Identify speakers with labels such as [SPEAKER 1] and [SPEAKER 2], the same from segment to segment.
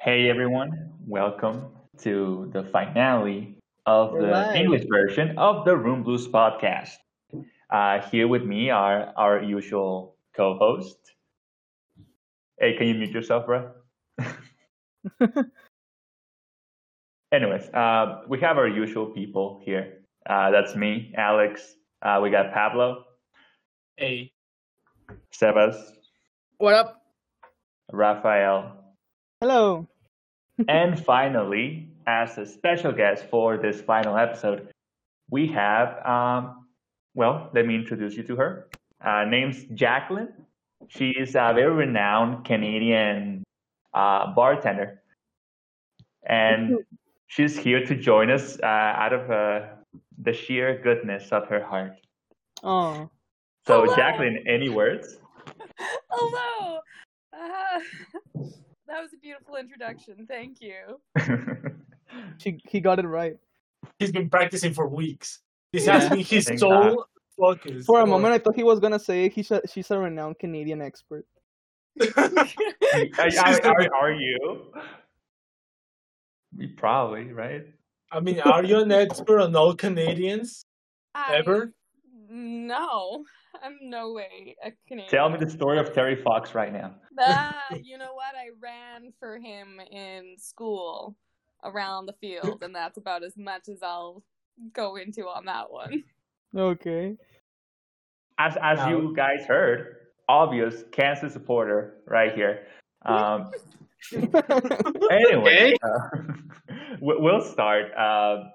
[SPEAKER 1] Hey everyone, welcome to the finale of
[SPEAKER 2] We're
[SPEAKER 1] the
[SPEAKER 2] live.
[SPEAKER 1] English version of the Room Blues podcast. Uh, here with me are our usual co-host. Hey, can you mute yourself, bro? Anyways, uh, we have our usual people here. Uh, that's me, Alex. Uh, we got Pablo,
[SPEAKER 3] Hey,
[SPEAKER 1] Sebas,
[SPEAKER 2] What up?
[SPEAKER 1] Rafael,
[SPEAKER 2] Hello.
[SPEAKER 1] and finally, as a special guest for this final episode, we have, um, well, let me introduce you to her. Uh, name's Jacqueline. She is a very renowned Canadian uh, bartender, and she's here to join us uh, out of uh, the sheer goodness of her heart.
[SPEAKER 2] Oh,
[SPEAKER 1] So,
[SPEAKER 4] Hello.
[SPEAKER 1] Jacqueline, any words?
[SPEAKER 4] Hello. Uh, that was a beautiful introduction. Thank you.
[SPEAKER 2] she he got it right.
[SPEAKER 3] he's been practicing for weeks. This
[SPEAKER 2] Yeah.
[SPEAKER 3] has been his
[SPEAKER 1] Thank
[SPEAKER 3] sole focus.
[SPEAKER 2] For a moment, I thought he was gonna say he sh- she's a renowned Canadian expert.
[SPEAKER 1] I, I,
[SPEAKER 3] She's the-
[SPEAKER 1] I, are you? We Probably, right?
[SPEAKER 3] I mean, are you an expert on all Canadians
[SPEAKER 4] I-
[SPEAKER 3] ever?
[SPEAKER 4] No, I'm no way a Canadian.
[SPEAKER 1] Tell me the story of Terry Fox right now.
[SPEAKER 4] Ah, you know what? I ran for him in school around the field, and that's about as much as I'll go into on that one.
[SPEAKER 2] Okay.
[SPEAKER 1] as as
[SPEAKER 3] No.
[SPEAKER 1] you guys heard, obvious Kansas supporter right here. Um, anyway, uh, we- we'll start. Uh,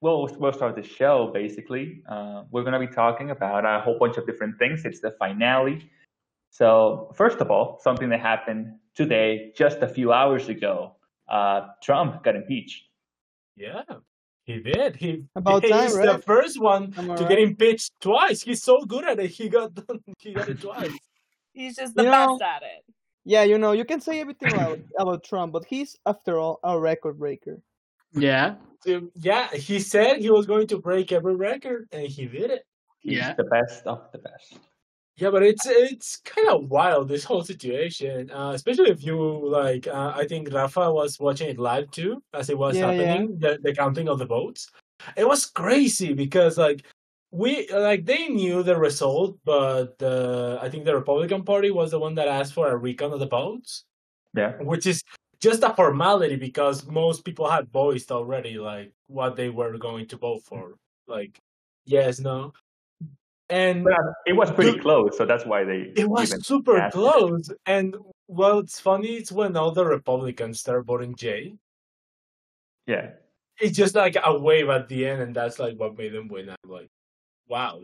[SPEAKER 1] we'll we'll start the show. Basically, uh, we're gonna be talking about a whole bunch of different things. It's the finale. So first of all, something that happened today, just a few hours ago, uh, Trump got impeached.
[SPEAKER 3] yeah, he did. He
[SPEAKER 2] About
[SPEAKER 3] he's
[SPEAKER 2] time,
[SPEAKER 3] the
[SPEAKER 2] right?
[SPEAKER 3] first one
[SPEAKER 2] Am I
[SPEAKER 3] to
[SPEAKER 2] right?
[SPEAKER 3] get impeached twice. He's so good at it. He got done. He got it twice.
[SPEAKER 4] He's just
[SPEAKER 2] the
[SPEAKER 4] the
[SPEAKER 2] You know-
[SPEAKER 4] best at it.
[SPEAKER 2] Yeah, you know, you can say everything about, about Trump, but he's, after all, a record breaker.
[SPEAKER 5] Yeah,
[SPEAKER 3] Um, Yeah, he said he was going to break every record, and he did it.
[SPEAKER 1] He's
[SPEAKER 5] Yeah.
[SPEAKER 1] the best of the best.
[SPEAKER 3] Yeah, but it's it's kind of wild this whole situation, uh, especially if you like. Uh, I think Rafa was watching it live too as it was
[SPEAKER 2] Yeah, yeah.
[SPEAKER 3] happening, the, the counting of the votes. It was crazy because like we like they knew the result, but uh, I think the Republican Party was the one that asked for a recount of the votes,
[SPEAKER 1] Yeah.
[SPEAKER 3] which is just a formality because most people had voiced already like what they were going to vote for, like yes, no, and
[SPEAKER 1] But it was pretty
[SPEAKER 3] Dude.
[SPEAKER 1] close, so that's why they
[SPEAKER 3] it was
[SPEAKER 1] even
[SPEAKER 3] super
[SPEAKER 1] asked.
[SPEAKER 3] close. And well, it's funny, it's when all the Republicans start voting Jay.
[SPEAKER 1] Yeah.
[SPEAKER 3] It's just like a wave at the end, and that's like what made them win. I'm like, wow,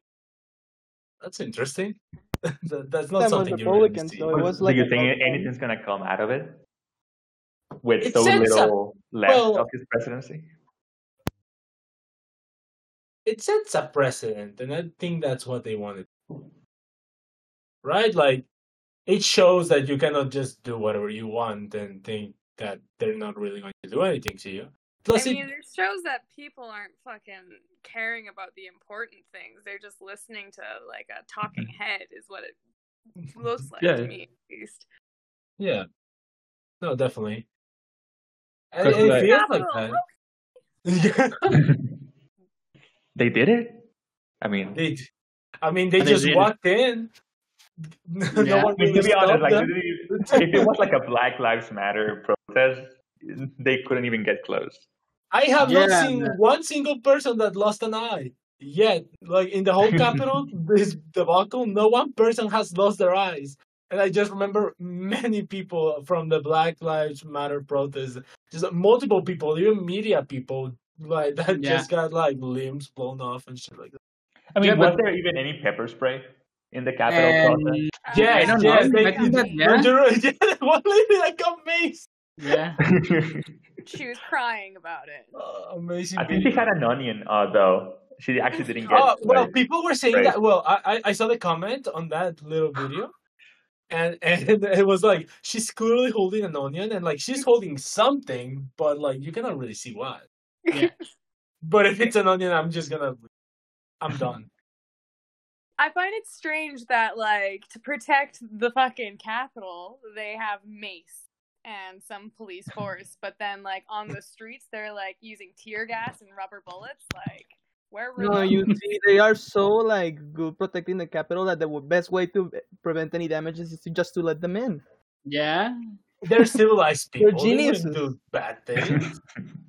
[SPEAKER 3] that's interesting. That- that's
[SPEAKER 2] That was
[SPEAKER 3] not something you really
[SPEAKER 2] Republicans,
[SPEAKER 3] see.
[SPEAKER 2] though. It was
[SPEAKER 1] do
[SPEAKER 2] like
[SPEAKER 1] you
[SPEAKER 2] a
[SPEAKER 1] think
[SPEAKER 2] long-
[SPEAKER 1] anything's gonna come out of it with
[SPEAKER 3] It
[SPEAKER 1] so
[SPEAKER 3] said
[SPEAKER 1] little left
[SPEAKER 3] well-
[SPEAKER 1] of his presidency?
[SPEAKER 3] It sets a precedent, and I think that's what they wanted, right? Like, it shows that you cannot just do whatever you want and think that they're not really going to do anything to you. Plus,
[SPEAKER 4] I mean,
[SPEAKER 3] it
[SPEAKER 4] it shows that people aren't fucking caring about the important things. They're just listening to like a talking head, is what it looks like
[SPEAKER 1] Yeah.
[SPEAKER 4] to me, at least.
[SPEAKER 3] Yeah. No, definitely. And
[SPEAKER 1] 'Cause
[SPEAKER 3] it
[SPEAKER 1] like-
[SPEAKER 3] feels like
[SPEAKER 4] Capital.
[SPEAKER 3] that.
[SPEAKER 1] they did it. I mean,
[SPEAKER 3] they, I mean, they
[SPEAKER 5] And they
[SPEAKER 3] just
[SPEAKER 5] did.
[SPEAKER 3] walked in. No
[SPEAKER 5] Yeah.
[SPEAKER 3] one
[SPEAKER 1] I mean,
[SPEAKER 3] really
[SPEAKER 1] to be honest,
[SPEAKER 3] stopped
[SPEAKER 1] like
[SPEAKER 3] them.
[SPEAKER 1] if it was like a Black Lives Matter protest, they couldn't even get close.
[SPEAKER 3] I have
[SPEAKER 5] Yeah,
[SPEAKER 3] not seen one single person that lost an eye yet. Like in the whole capital, this debacle, no one person has lost their eyes. And I just remember many people from the Black Lives Matter protest, just multiple people, even media people, like that
[SPEAKER 5] Yeah.
[SPEAKER 3] just got like limbs blown off and shit like that.
[SPEAKER 1] I mean,
[SPEAKER 5] Yeah,
[SPEAKER 1] was
[SPEAKER 5] but-
[SPEAKER 1] there even any pepper spray in the Capitol
[SPEAKER 3] Um,
[SPEAKER 1] protest?
[SPEAKER 5] and
[SPEAKER 3] Yeah,
[SPEAKER 5] I don't know.
[SPEAKER 3] yes, they-
[SPEAKER 5] I think that
[SPEAKER 3] Don't
[SPEAKER 5] yeah,
[SPEAKER 3] you really- Yeah, one lady that got maced.
[SPEAKER 5] yeah.
[SPEAKER 4] She was crying about it.
[SPEAKER 3] Oh, amazing.
[SPEAKER 1] I think she
[SPEAKER 3] video.
[SPEAKER 1] had an onion, uh, though. She actually didn't get.
[SPEAKER 3] Oh, well,
[SPEAKER 1] sprayed.
[SPEAKER 3] people were saying
[SPEAKER 1] Right.
[SPEAKER 3] that. Well, I, I I saw the comment on that little video, and and it was like she's clearly holding an onion, and like she's holding something, but like you cannot really see what.
[SPEAKER 5] Yeah.
[SPEAKER 3] But if it's an onion, I'm just gonna, I'm done.
[SPEAKER 4] I find it strange that, like, to protect the fucking capital, they have mace and some police force, but then like on the streets they're like using tear gas and rubber bullets. Like where were
[SPEAKER 2] No,
[SPEAKER 4] those?
[SPEAKER 2] you see, they are so like good protecting the capital that the best way to eh, prevent any damages is to just to let them in.
[SPEAKER 5] Yeah.
[SPEAKER 3] They're civilized
[SPEAKER 2] They're
[SPEAKER 3] people. They wouldn't
[SPEAKER 2] geniuses.
[SPEAKER 3] do bad things.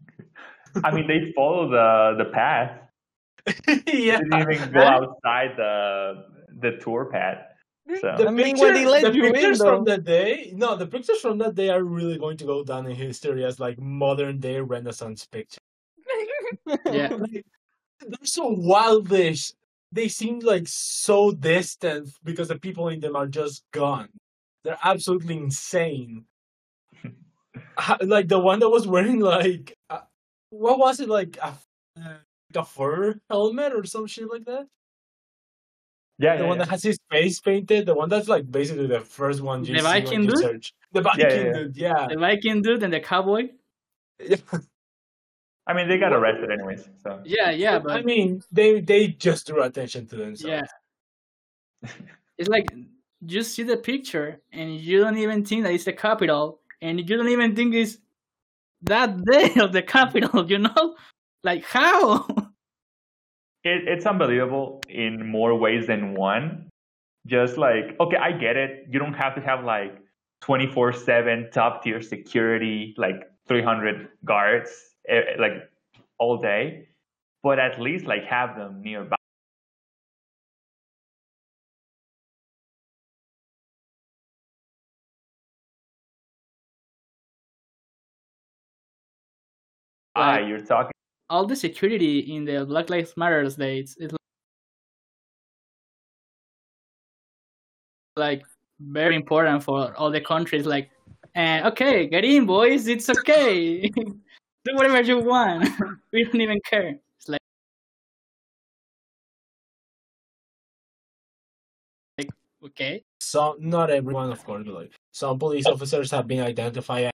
[SPEAKER 1] I mean, they follow the the path.
[SPEAKER 3] yeah.
[SPEAKER 1] They didn't even go outside the the tour path. So
[SPEAKER 3] The
[SPEAKER 2] I Uh, mean, when they let
[SPEAKER 3] the
[SPEAKER 2] you in,
[SPEAKER 3] pictures from
[SPEAKER 2] though.
[SPEAKER 3] that day, no, the pictures from that day are really going to go down in history as like modern day Renaissance pictures.
[SPEAKER 5] Yeah.
[SPEAKER 3] Like, they're so wildish. They seem like so distant because the people in them are just gone. They're absolutely insane. Ha- like the one that was wearing like uh, what was it like a, f- uh, like a fur helmet or some shit like that.
[SPEAKER 1] yeah,
[SPEAKER 3] The
[SPEAKER 1] yeah,
[SPEAKER 3] one that has his face painted. The one that's like basically the first one you
[SPEAKER 5] The
[SPEAKER 3] see when
[SPEAKER 5] Viking
[SPEAKER 3] you
[SPEAKER 5] dude?
[SPEAKER 3] search. The
[SPEAKER 1] yeah,
[SPEAKER 3] Viking
[SPEAKER 1] yeah.
[SPEAKER 3] dude. Yeah.
[SPEAKER 5] The Viking dude and the cowboy.
[SPEAKER 1] I mean, they got arrested anyways. So
[SPEAKER 5] Yeah, yeah, but
[SPEAKER 3] I mean, they they just drew attention to themselves.
[SPEAKER 5] yeah. it's like you see the picture and you don't even think that it's the capital and you don't even think it's that day of the capital, you know? Like how?
[SPEAKER 1] it, it's unbelievable in more ways than one. Just like, okay, I get it. You don't have to have like 24 7 top tier security, like 300 guards, eh, like all day, but at least like have them nearby. Ah,
[SPEAKER 5] Right.
[SPEAKER 1] you're talking.
[SPEAKER 5] All the security in the Black Lives Matters dates is like very important for all the countries like and okay, get in boys, it's okay. Do whatever you want. we don't even care. It's like like okay.
[SPEAKER 3] Some, not everyone, of course. But like some police
[SPEAKER 5] Oh.
[SPEAKER 3] officers have been identified as-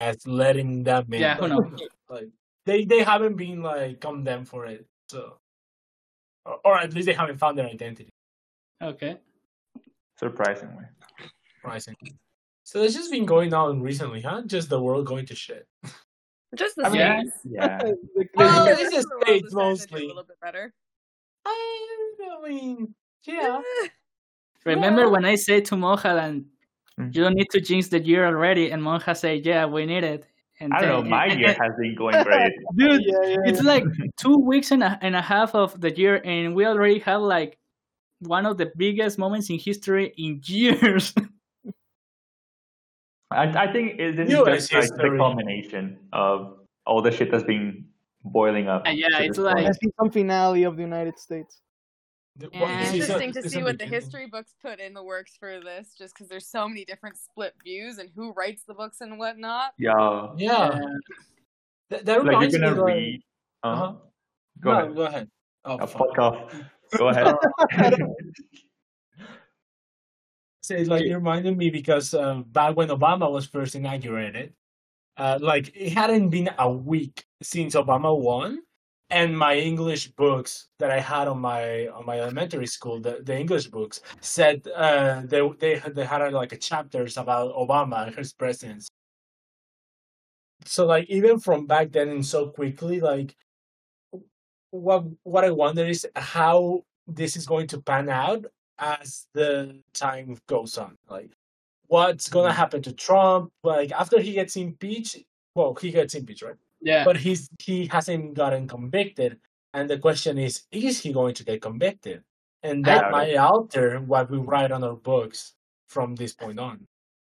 [SPEAKER 3] as letting that man.
[SPEAKER 5] Yeah, who
[SPEAKER 3] like, Like they they haven't been like condemned for it. So, or, or at least they haven't found their identity.
[SPEAKER 5] Okay.
[SPEAKER 1] Surprisingly.
[SPEAKER 3] Surprising. So that's just been going on recently, huh? Just the world going to shit.
[SPEAKER 4] Just the
[SPEAKER 5] I mean,
[SPEAKER 4] same.
[SPEAKER 1] Yeah.
[SPEAKER 2] Like,
[SPEAKER 3] Well,
[SPEAKER 2] they-
[SPEAKER 3] it's
[SPEAKER 4] This
[SPEAKER 3] just
[SPEAKER 4] is the
[SPEAKER 3] states
[SPEAKER 4] world decided to do
[SPEAKER 3] mostly.
[SPEAKER 4] A little bit better.
[SPEAKER 3] I, I mean, yeah.
[SPEAKER 5] Remember
[SPEAKER 4] Yeah.
[SPEAKER 5] when I said to Mohalan,
[SPEAKER 1] Mm.
[SPEAKER 5] you don't need to jinx the year already, and Monja said, yeah, we need it. And
[SPEAKER 1] I don't know.
[SPEAKER 5] then-
[SPEAKER 1] My
[SPEAKER 5] and-
[SPEAKER 1] year has been going great.
[SPEAKER 5] dude,
[SPEAKER 2] yeah, yeah,
[SPEAKER 5] it's like two weeks and a, and a half of the year, and we already have like one of the biggest moments in history in years.
[SPEAKER 1] I, I think it, this
[SPEAKER 3] You are
[SPEAKER 1] is just like the
[SPEAKER 3] history.
[SPEAKER 1] culmination of all the shit that's been boiling up.
[SPEAKER 5] Yeah,
[SPEAKER 1] to
[SPEAKER 5] it's
[SPEAKER 1] this
[SPEAKER 5] like-
[SPEAKER 1] point.
[SPEAKER 2] I see some finale of the United States.
[SPEAKER 3] The-
[SPEAKER 5] Yeah.
[SPEAKER 3] what-
[SPEAKER 5] It's
[SPEAKER 4] It's
[SPEAKER 3] season-
[SPEAKER 4] interesting to
[SPEAKER 3] season
[SPEAKER 4] see what the
[SPEAKER 3] beginning.
[SPEAKER 4] history books put in the works for this, just because there's so many different split views and who writes the books and whatnot.
[SPEAKER 1] yeah.
[SPEAKER 3] Yeah, that, that
[SPEAKER 1] Like
[SPEAKER 3] reminds
[SPEAKER 1] you're gonna
[SPEAKER 3] me. Like,
[SPEAKER 1] read. Uh,
[SPEAKER 3] Uh-huh.
[SPEAKER 1] Go
[SPEAKER 3] no,
[SPEAKER 1] ahead.
[SPEAKER 3] go ahead. Oh,
[SPEAKER 1] Uh,
[SPEAKER 3] fuck.
[SPEAKER 1] fuck off. Go ahead.
[SPEAKER 3] Say, like it reminded me because um, back when Obama was first inaugurated, uh, like it hadn't been a week since Obama won, and my English books that I had on my on my elementary school, the, the English books said uh, they they had- they had uh, like chapters about Obama and his presidency. So like even from back then and so quickly, like what what I wonder is how this is going to pan out as the time goes on. Like, what's going to
[SPEAKER 5] Mm-hmm.
[SPEAKER 3] happen to Trump? Like, after he gets impeached, well, he gets impeached, right?
[SPEAKER 5] yeah.
[SPEAKER 3] But he's he hasn't gotten convicted, and the question is, is he going to get convicted? And
[SPEAKER 5] I
[SPEAKER 3] that
[SPEAKER 1] doubt
[SPEAKER 3] might alter what we write on our books from this point on.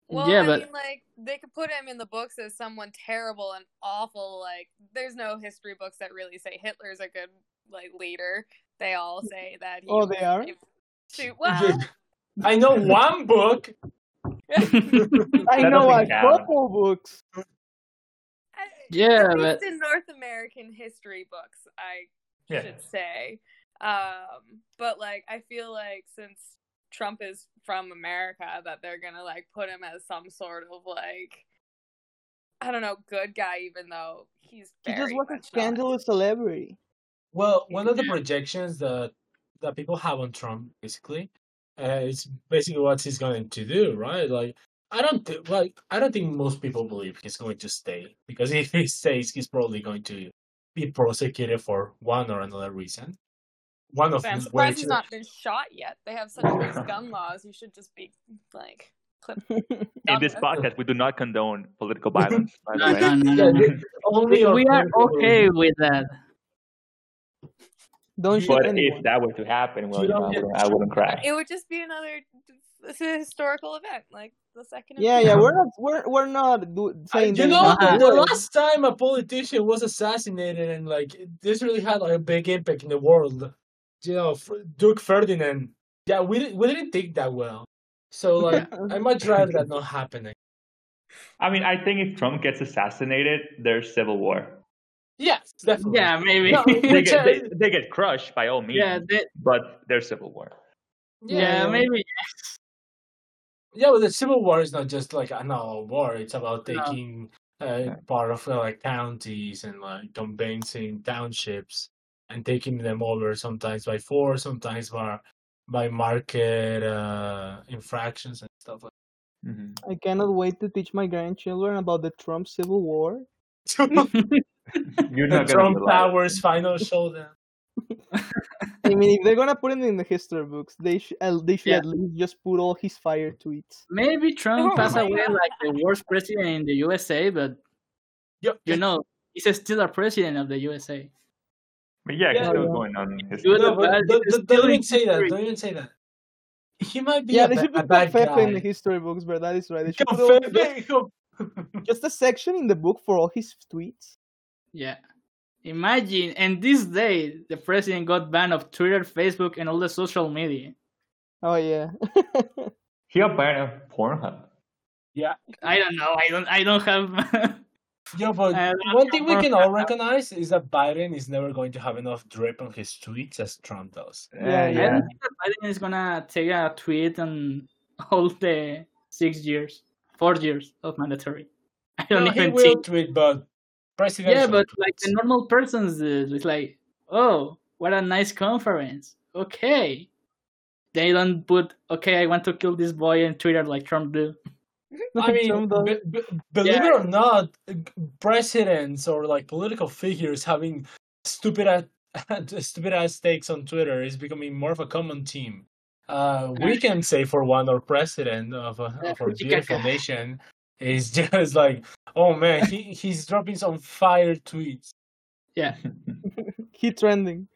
[SPEAKER 4] Well,
[SPEAKER 5] Yeah,
[SPEAKER 4] I
[SPEAKER 5] but-
[SPEAKER 4] mean, like they could put him in the books as someone terrible and awful. Like, there's no history books that really say Hitler's a good like leader. They all say that. He
[SPEAKER 2] Oh, they
[SPEAKER 4] was
[SPEAKER 2] are?
[SPEAKER 4] a- Shoot, well,
[SPEAKER 3] I know one book.
[SPEAKER 2] I
[SPEAKER 1] That
[SPEAKER 2] know a
[SPEAKER 1] doesn't count.
[SPEAKER 2] couple books.
[SPEAKER 4] I,
[SPEAKER 5] Yeah,
[SPEAKER 4] at
[SPEAKER 5] but
[SPEAKER 4] least in North American history books, I
[SPEAKER 1] yeah.
[SPEAKER 4] should say. Um, but like I feel like since Trump is from America that they're gonna like put him as some sort of like I don't know, good guy even though he's
[SPEAKER 2] He just was
[SPEAKER 4] very
[SPEAKER 2] a
[SPEAKER 4] much not.
[SPEAKER 2] scandalous celebrity.
[SPEAKER 3] Well, one of the projections that that people have on Trump, basically, uh, is basically what he's going to do, right? Like, I don't th- like I don't think most people believe he's going to stay because if he stays, he's probably going to be prosecuted for one or another reason. One of
[SPEAKER 4] But I'm surprised
[SPEAKER 3] which
[SPEAKER 4] he's not been shot yet. They have such loose gun laws. You should just be like clipped.
[SPEAKER 1] In this podcast, we do not condone political violence. By
[SPEAKER 5] No, no,
[SPEAKER 1] the
[SPEAKER 5] no,
[SPEAKER 3] Yeah,
[SPEAKER 5] no, no.
[SPEAKER 3] the- only
[SPEAKER 5] We, we
[SPEAKER 3] on
[SPEAKER 5] are
[SPEAKER 3] Google.
[SPEAKER 5] okay with that.
[SPEAKER 2] Don't
[SPEAKER 1] way.
[SPEAKER 2] shoot
[SPEAKER 1] But
[SPEAKER 2] anyone.
[SPEAKER 1] if that were to happen, well,
[SPEAKER 3] You
[SPEAKER 1] you know,
[SPEAKER 3] don't
[SPEAKER 1] I
[SPEAKER 3] get-
[SPEAKER 1] wouldn't, I wouldn't cry.
[SPEAKER 4] It would just be another it's a historical event, like the second.
[SPEAKER 2] Yeah,
[SPEAKER 4] event.
[SPEAKER 2] yeah, we're not, we're we're not do,
[SPEAKER 3] I-
[SPEAKER 2] saying
[SPEAKER 3] you
[SPEAKER 2] that it's
[SPEAKER 3] know,
[SPEAKER 2] not
[SPEAKER 5] Uh-huh.
[SPEAKER 2] the
[SPEAKER 3] the
[SPEAKER 2] worst.
[SPEAKER 3] last time a politician was assassinated, and like this really had like a big impact in the world. You know, F- Duke Ferdinand. Yeah, we di- we didn't think that well. So like, I much rather that not happening.
[SPEAKER 1] I mean, I think if Trump gets assassinated, there's civil war.
[SPEAKER 3] Yes, definitely.
[SPEAKER 5] Yeah, maybe.
[SPEAKER 3] No,
[SPEAKER 1] They
[SPEAKER 3] which
[SPEAKER 1] get,
[SPEAKER 3] I-
[SPEAKER 1] they, they get crushed by all means,
[SPEAKER 5] yeah, that,
[SPEAKER 1] but there's civil war.
[SPEAKER 5] yeah, maybe.
[SPEAKER 3] Yeah, well, the civil war is not just like an all war. It's about
[SPEAKER 5] No.
[SPEAKER 3] taking uh, part of uh, like counties and like convincing townships and taking them over. Sometimes by force, sometimes by by market uh, infractions and stuff like.
[SPEAKER 1] Mhm.
[SPEAKER 2] I cannot wait to teach my grandchildren about the Trump Civil War.
[SPEAKER 3] that.
[SPEAKER 1] You're
[SPEAKER 3] the
[SPEAKER 1] not gonna
[SPEAKER 3] Trump
[SPEAKER 1] be alive.
[SPEAKER 3] Towers final showdown.
[SPEAKER 2] I mean, if they're gonna put it in the history books, they should they should
[SPEAKER 5] Yeah.
[SPEAKER 2] at least just put all his fire tweets.
[SPEAKER 5] Maybe Trump
[SPEAKER 4] Oh
[SPEAKER 5] passed
[SPEAKER 4] my
[SPEAKER 5] away
[SPEAKER 4] God.
[SPEAKER 5] like the worst president in the USA, but
[SPEAKER 3] Yep.
[SPEAKER 5] you know, he's still a president of the USA.
[SPEAKER 1] But yeah,
[SPEAKER 3] Yeah,
[SPEAKER 1] because
[SPEAKER 2] yeah.
[SPEAKER 1] was going on in history.
[SPEAKER 5] Good
[SPEAKER 3] No,
[SPEAKER 5] or bad,
[SPEAKER 3] but don't,
[SPEAKER 5] it's
[SPEAKER 3] don't, don't
[SPEAKER 5] still in
[SPEAKER 3] even say that.
[SPEAKER 5] history.
[SPEAKER 3] Don't even say that. He might be
[SPEAKER 2] Yeah,
[SPEAKER 3] a,
[SPEAKER 2] they
[SPEAKER 3] ba-
[SPEAKER 2] should
[SPEAKER 3] a
[SPEAKER 2] put
[SPEAKER 3] bad
[SPEAKER 2] Covfefe
[SPEAKER 3] guy.
[SPEAKER 2] in the history books, but that is right. They should put all, just,
[SPEAKER 3] Covfefe, Cov-
[SPEAKER 2] just a section in the book for all his tweets.
[SPEAKER 5] Yeah. Imagine, and this day, the president got banned of Twitter, Facebook, and all the social media.
[SPEAKER 2] Oh yeah,
[SPEAKER 1] He got banned on Pornhub.
[SPEAKER 5] I don't know. I don't. I don't have.
[SPEAKER 3] Yeah, but
[SPEAKER 5] Uh,
[SPEAKER 3] one thing we
[SPEAKER 5] or-
[SPEAKER 3] can all recognize is that Biden is never going to have enough drip on his tweets as Trump does.
[SPEAKER 2] Yeah,
[SPEAKER 1] Eh,
[SPEAKER 5] I
[SPEAKER 1] yeah.
[SPEAKER 5] don't think that Biden is gonna take a tweet on all the six years, four years of mandatory. I don't
[SPEAKER 3] No, he
[SPEAKER 5] even
[SPEAKER 3] will
[SPEAKER 5] think.
[SPEAKER 3] tweet, but presidential.
[SPEAKER 5] Yeah, but like
[SPEAKER 3] tweets.
[SPEAKER 5] the normal person's, uh, it's like, oh, what a nice conference. Okay. They don't put, okay, I want to kill this boy on Twitter like Trump do.
[SPEAKER 3] I mean,
[SPEAKER 2] Trump does.
[SPEAKER 3] b- b- believe it or not, g- presidents or like political figures having stupid ass, stupid ass takes on Twitter is becoming more of a common team. Uh, we can say for one, our president of, uh, a,
[SPEAKER 5] Yeah,
[SPEAKER 3] of our
[SPEAKER 5] Kuchikaka.
[SPEAKER 3] beautiful nation is just like, oh man, he, he's dropping some fire tweets.
[SPEAKER 2] he trending.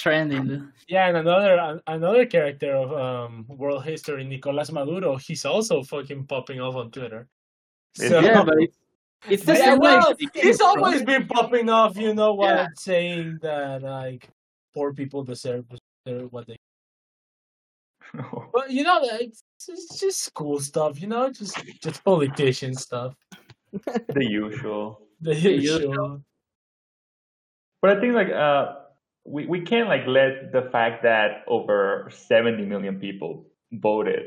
[SPEAKER 5] trending.
[SPEAKER 3] Yeah, and another an- another character of um, world history, Nicolas Maduro, he's also fucking popping off on Twitter.
[SPEAKER 1] Is
[SPEAKER 3] So,
[SPEAKER 1] he?
[SPEAKER 5] Yeah, but it's, it's the
[SPEAKER 3] yeah,
[SPEAKER 5] same way.
[SPEAKER 3] well,
[SPEAKER 5] It
[SPEAKER 3] he's
[SPEAKER 5] is, right?
[SPEAKER 3] always been popping off, you know what?
[SPEAKER 5] Yeah.
[SPEAKER 3] Saying that like poor people deserve deserve what they. But you know, like, it's, it's just cool stuff, you know, just just politician stuff.
[SPEAKER 1] the usual.
[SPEAKER 3] The
[SPEAKER 5] usual.
[SPEAKER 3] usual.
[SPEAKER 1] But I think like uh, we we can't like let the fact that over 70 million people voted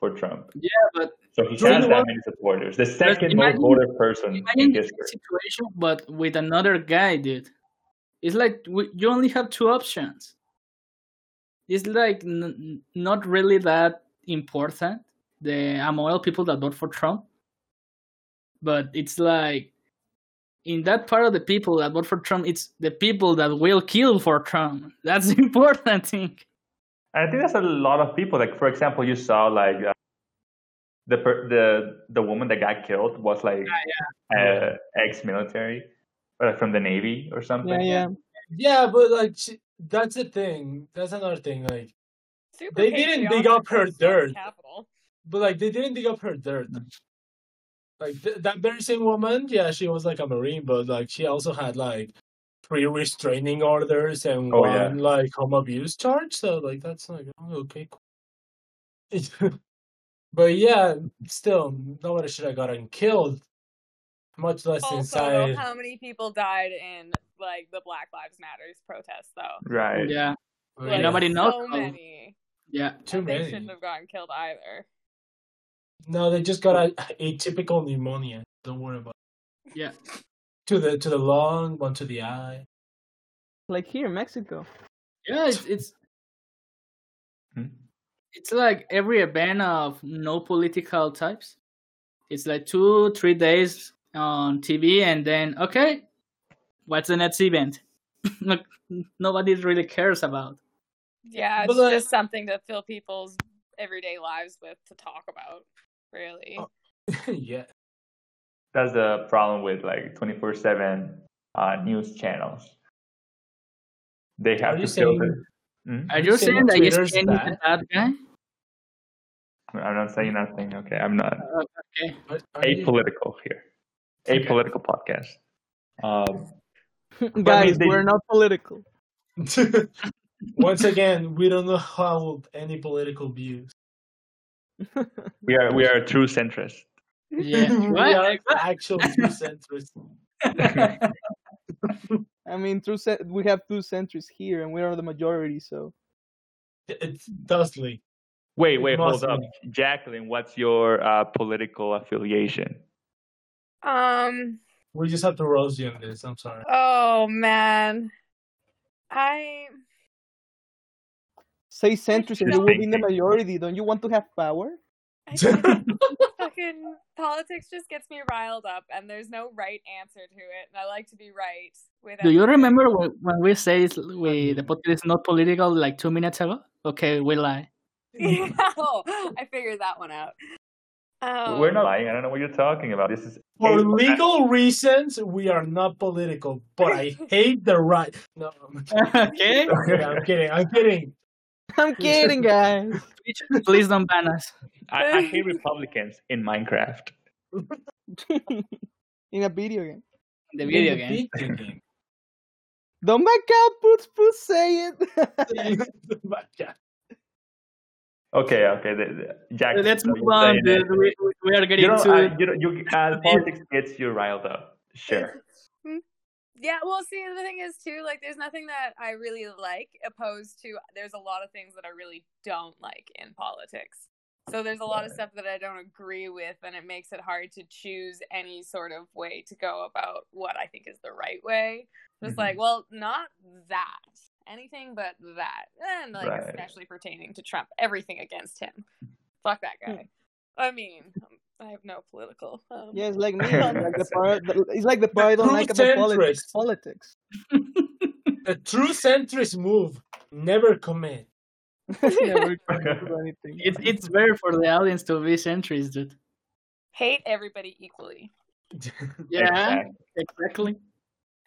[SPEAKER 1] for Trump.
[SPEAKER 5] Yeah, but-
[SPEAKER 1] so he
[SPEAKER 3] Do you
[SPEAKER 1] has
[SPEAKER 3] know
[SPEAKER 1] that
[SPEAKER 3] what?
[SPEAKER 1] many supporters. The second
[SPEAKER 5] imagine-
[SPEAKER 1] most voted person
[SPEAKER 5] Imagine
[SPEAKER 1] in
[SPEAKER 5] the
[SPEAKER 1] history.
[SPEAKER 5] same situation, but with another guy, dude. It's like w- you only have two options. It's like n- n- not really that important. The amount of people that vote for Trump, but it's like in that part of the people that vote for Trump, it's the people that will kill for Trump. That's the important thing.
[SPEAKER 1] And I think that's a lot of people. Like for example, you saw like uh, the per- the the woman that got killed was like
[SPEAKER 3] Ah,
[SPEAKER 1] uh, ex-military, or like, from the navy or
[SPEAKER 2] Yeah,
[SPEAKER 1] something.
[SPEAKER 2] yeah.
[SPEAKER 3] Yeah, but like she- that's the thing. That's another thing. Like.
[SPEAKER 4] Super
[SPEAKER 3] They didn't dig
[SPEAKER 4] patriotic
[SPEAKER 3] up her
[SPEAKER 4] of Trump
[SPEAKER 3] dirt.
[SPEAKER 4] Capital.
[SPEAKER 3] But like they didn't dig up her dirt.
[SPEAKER 1] Mm.
[SPEAKER 3] Like th- that very same woman, yeah, she was like a marine, but like she also had like three restraining orders and
[SPEAKER 1] Oh,
[SPEAKER 3] one
[SPEAKER 1] yeah.
[SPEAKER 3] like home abuse charge. So like that's like oh, okay, cool. but yeah, still nobody should have gotten killed, much less
[SPEAKER 4] Also, though,
[SPEAKER 3] inside.
[SPEAKER 4] how many people died in like the Black Lives Matters protests, though?
[SPEAKER 1] Right.
[SPEAKER 5] Yeah,
[SPEAKER 3] I mean,
[SPEAKER 4] Like,
[SPEAKER 5] nobody knows
[SPEAKER 4] So
[SPEAKER 5] how.
[SPEAKER 4] many.
[SPEAKER 5] yeah.
[SPEAKER 3] Oh, too
[SPEAKER 4] and they
[SPEAKER 3] many.
[SPEAKER 4] shouldn't have gotten killed either.
[SPEAKER 3] No, they just got a atypical pneumonia. Don't worry about.
[SPEAKER 5] Yeah.
[SPEAKER 3] it. To the to the lung, one to the eye.
[SPEAKER 2] like here in Mexico.
[SPEAKER 5] Yeah, it's it's,
[SPEAKER 1] Hmm.
[SPEAKER 5] it's like every event of no political types. It's like two, three days on TV, and then okay, what's the next event? like nobody really cares about.
[SPEAKER 4] Yeah,
[SPEAKER 3] But,
[SPEAKER 4] it's
[SPEAKER 3] like-
[SPEAKER 4] just something to fill people's everyday lives with to talk about, really.
[SPEAKER 3] Oh. yeah.
[SPEAKER 1] That's the problem with like 24 7 uh, news channels. They have
[SPEAKER 3] Are
[SPEAKER 1] to
[SPEAKER 3] you
[SPEAKER 1] filter. Hmm?
[SPEAKER 5] Are
[SPEAKER 3] You
[SPEAKER 5] you
[SPEAKER 3] say
[SPEAKER 5] saying that you
[SPEAKER 3] Twitter's
[SPEAKER 5] can
[SPEAKER 3] bad?
[SPEAKER 5] that guy?
[SPEAKER 1] I'm not saying nothing. Okay, I'm not
[SPEAKER 3] Are- are you-
[SPEAKER 1] apolitical here.
[SPEAKER 3] Okay.
[SPEAKER 1] Apolitical podcast. Um,
[SPEAKER 2] Guys,
[SPEAKER 1] they-
[SPEAKER 2] we're not political.
[SPEAKER 3] Once again, we don't know how any political views.
[SPEAKER 1] we are we are true centrists.
[SPEAKER 5] Yeah,
[SPEAKER 3] we
[SPEAKER 5] right,
[SPEAKER 3] are
[SPEAKER 5] exactly.
[SPEAKER 3] actual two centrists.
[SPEAKER 2] I mean, through cen- we have two centuries here, and we are the majority. So
[SPEAKER 3] It's Dustley.
[SPEAKER 1] Wait, wait, hold
[SPEAKER 3] Mostly.
[SPEAKER 1] up, Jacqueline. What's your uh, political affiliation?
[SPEAKER 4] Um.
[SPEAKER 3] We just have to roast you on this. I'm sorry.
[SPEAKER 4] Oh man, I
[SPEAKER 2] say centuries, and you
[SPEAKER 1] Just
[SPEAKER 2] will be in the
[SPEAKER 1] thinking.
[SPEAKER 2] majority. Don't you want to have power?
[SPEAKER 4] I just fucking politics just gets me riled up, and there's no right answer to it, and I like to be right. With
[SPEAKER 5] Do you
[SPEAKER 4] everything.
[SPEAKER 5] remember when, when we say it's, we the podcast is not political like two minutes ago? Okay, we lie.
[SPEAKER 4] Yeah, oh, I figured that one out. Oh,
[SPEAKER 5] Um,
[SPEAKER 1] We're not lying. I don't know what you're talking about. This is
[SPEAKER 3] For
[SPEAKER 1] apolitical.
[SPEAKER 3] legal reasons, we are not political, but I hate the right. No, I'm
[SPEAKER 5] okay,
[SPEAKER 3] kidding. I'm kidding. I'm kidding.
[SPEAKER 2] I'm kidding, guys.
[SPEAKER 5] Twitch, please don't ban us.
[SPEAKER 1] I, I hate Republicans in Minecraft.
[SPEAKER 2] in a video game.
[SPEAKER 5] The video game.
[SPEAKER 3] Video game.
[SPEAKER 2] Don't back out, put put say it.
[SPEAKER 3] But yeah.
[SPEAKER 1] Okay, okay, the, the, Jack.
[SPEAKER 5] Let's
[SPEAKER 1] so
[SPEAKER 5] move
[SPEAKER 1] you're
[SPEAKER 5] on.
[SPEAKER 1] saying
[SPEAKER 3] eh.
[SPEAKER 5] dude.
[SPEAKER 1] that-
[SPEAKER 5] We, we are getting
[SPEAKER 1] You know,
[SPEAKER 5] to
[SPEAKER 1] uh, you know, you uh, politics gets you riled up. Sure.
[SPEAKER 4] Yeah, well, see, the thing is too, like, there's nothing that I really like, opposed to there's a lot of things that I really don't like in politics. So there's a lot of stuff that I don't agree with, and it makes it hard to choose any sort of way to go about what I think is the right way. Just
[SPEAKER 1] Mhm.
[SPEAKER 4] like, well, not that, anything but that, and like
[SPEAKER 1] Right.
[SPEAKER 4] especially pertaining to Trump, everything against him. Fuck that guy. I mean, I have no political. Um,
[SPEAKER 2] yeah, it's like me. It's like the part, the- it's like the part I don't
[SPEAKER 3] Two
[SPEAKER 2] like about politics.
[SPEAKER 3] centrists.
[SPEAKER 2] Politics.
[SPEAKER 3] A true centrist move. Never commit.
[SPEAKER 2] Never gonna do anything.
[SPEAKER 5] It, it's better for the audience to be centrist, dude.
[SPEAKER 4] Hate everybody equally.
[SPEAKER 5] Yeah,
[SPEAKER 1] Exactly.
[SPEAKER 5] exactly.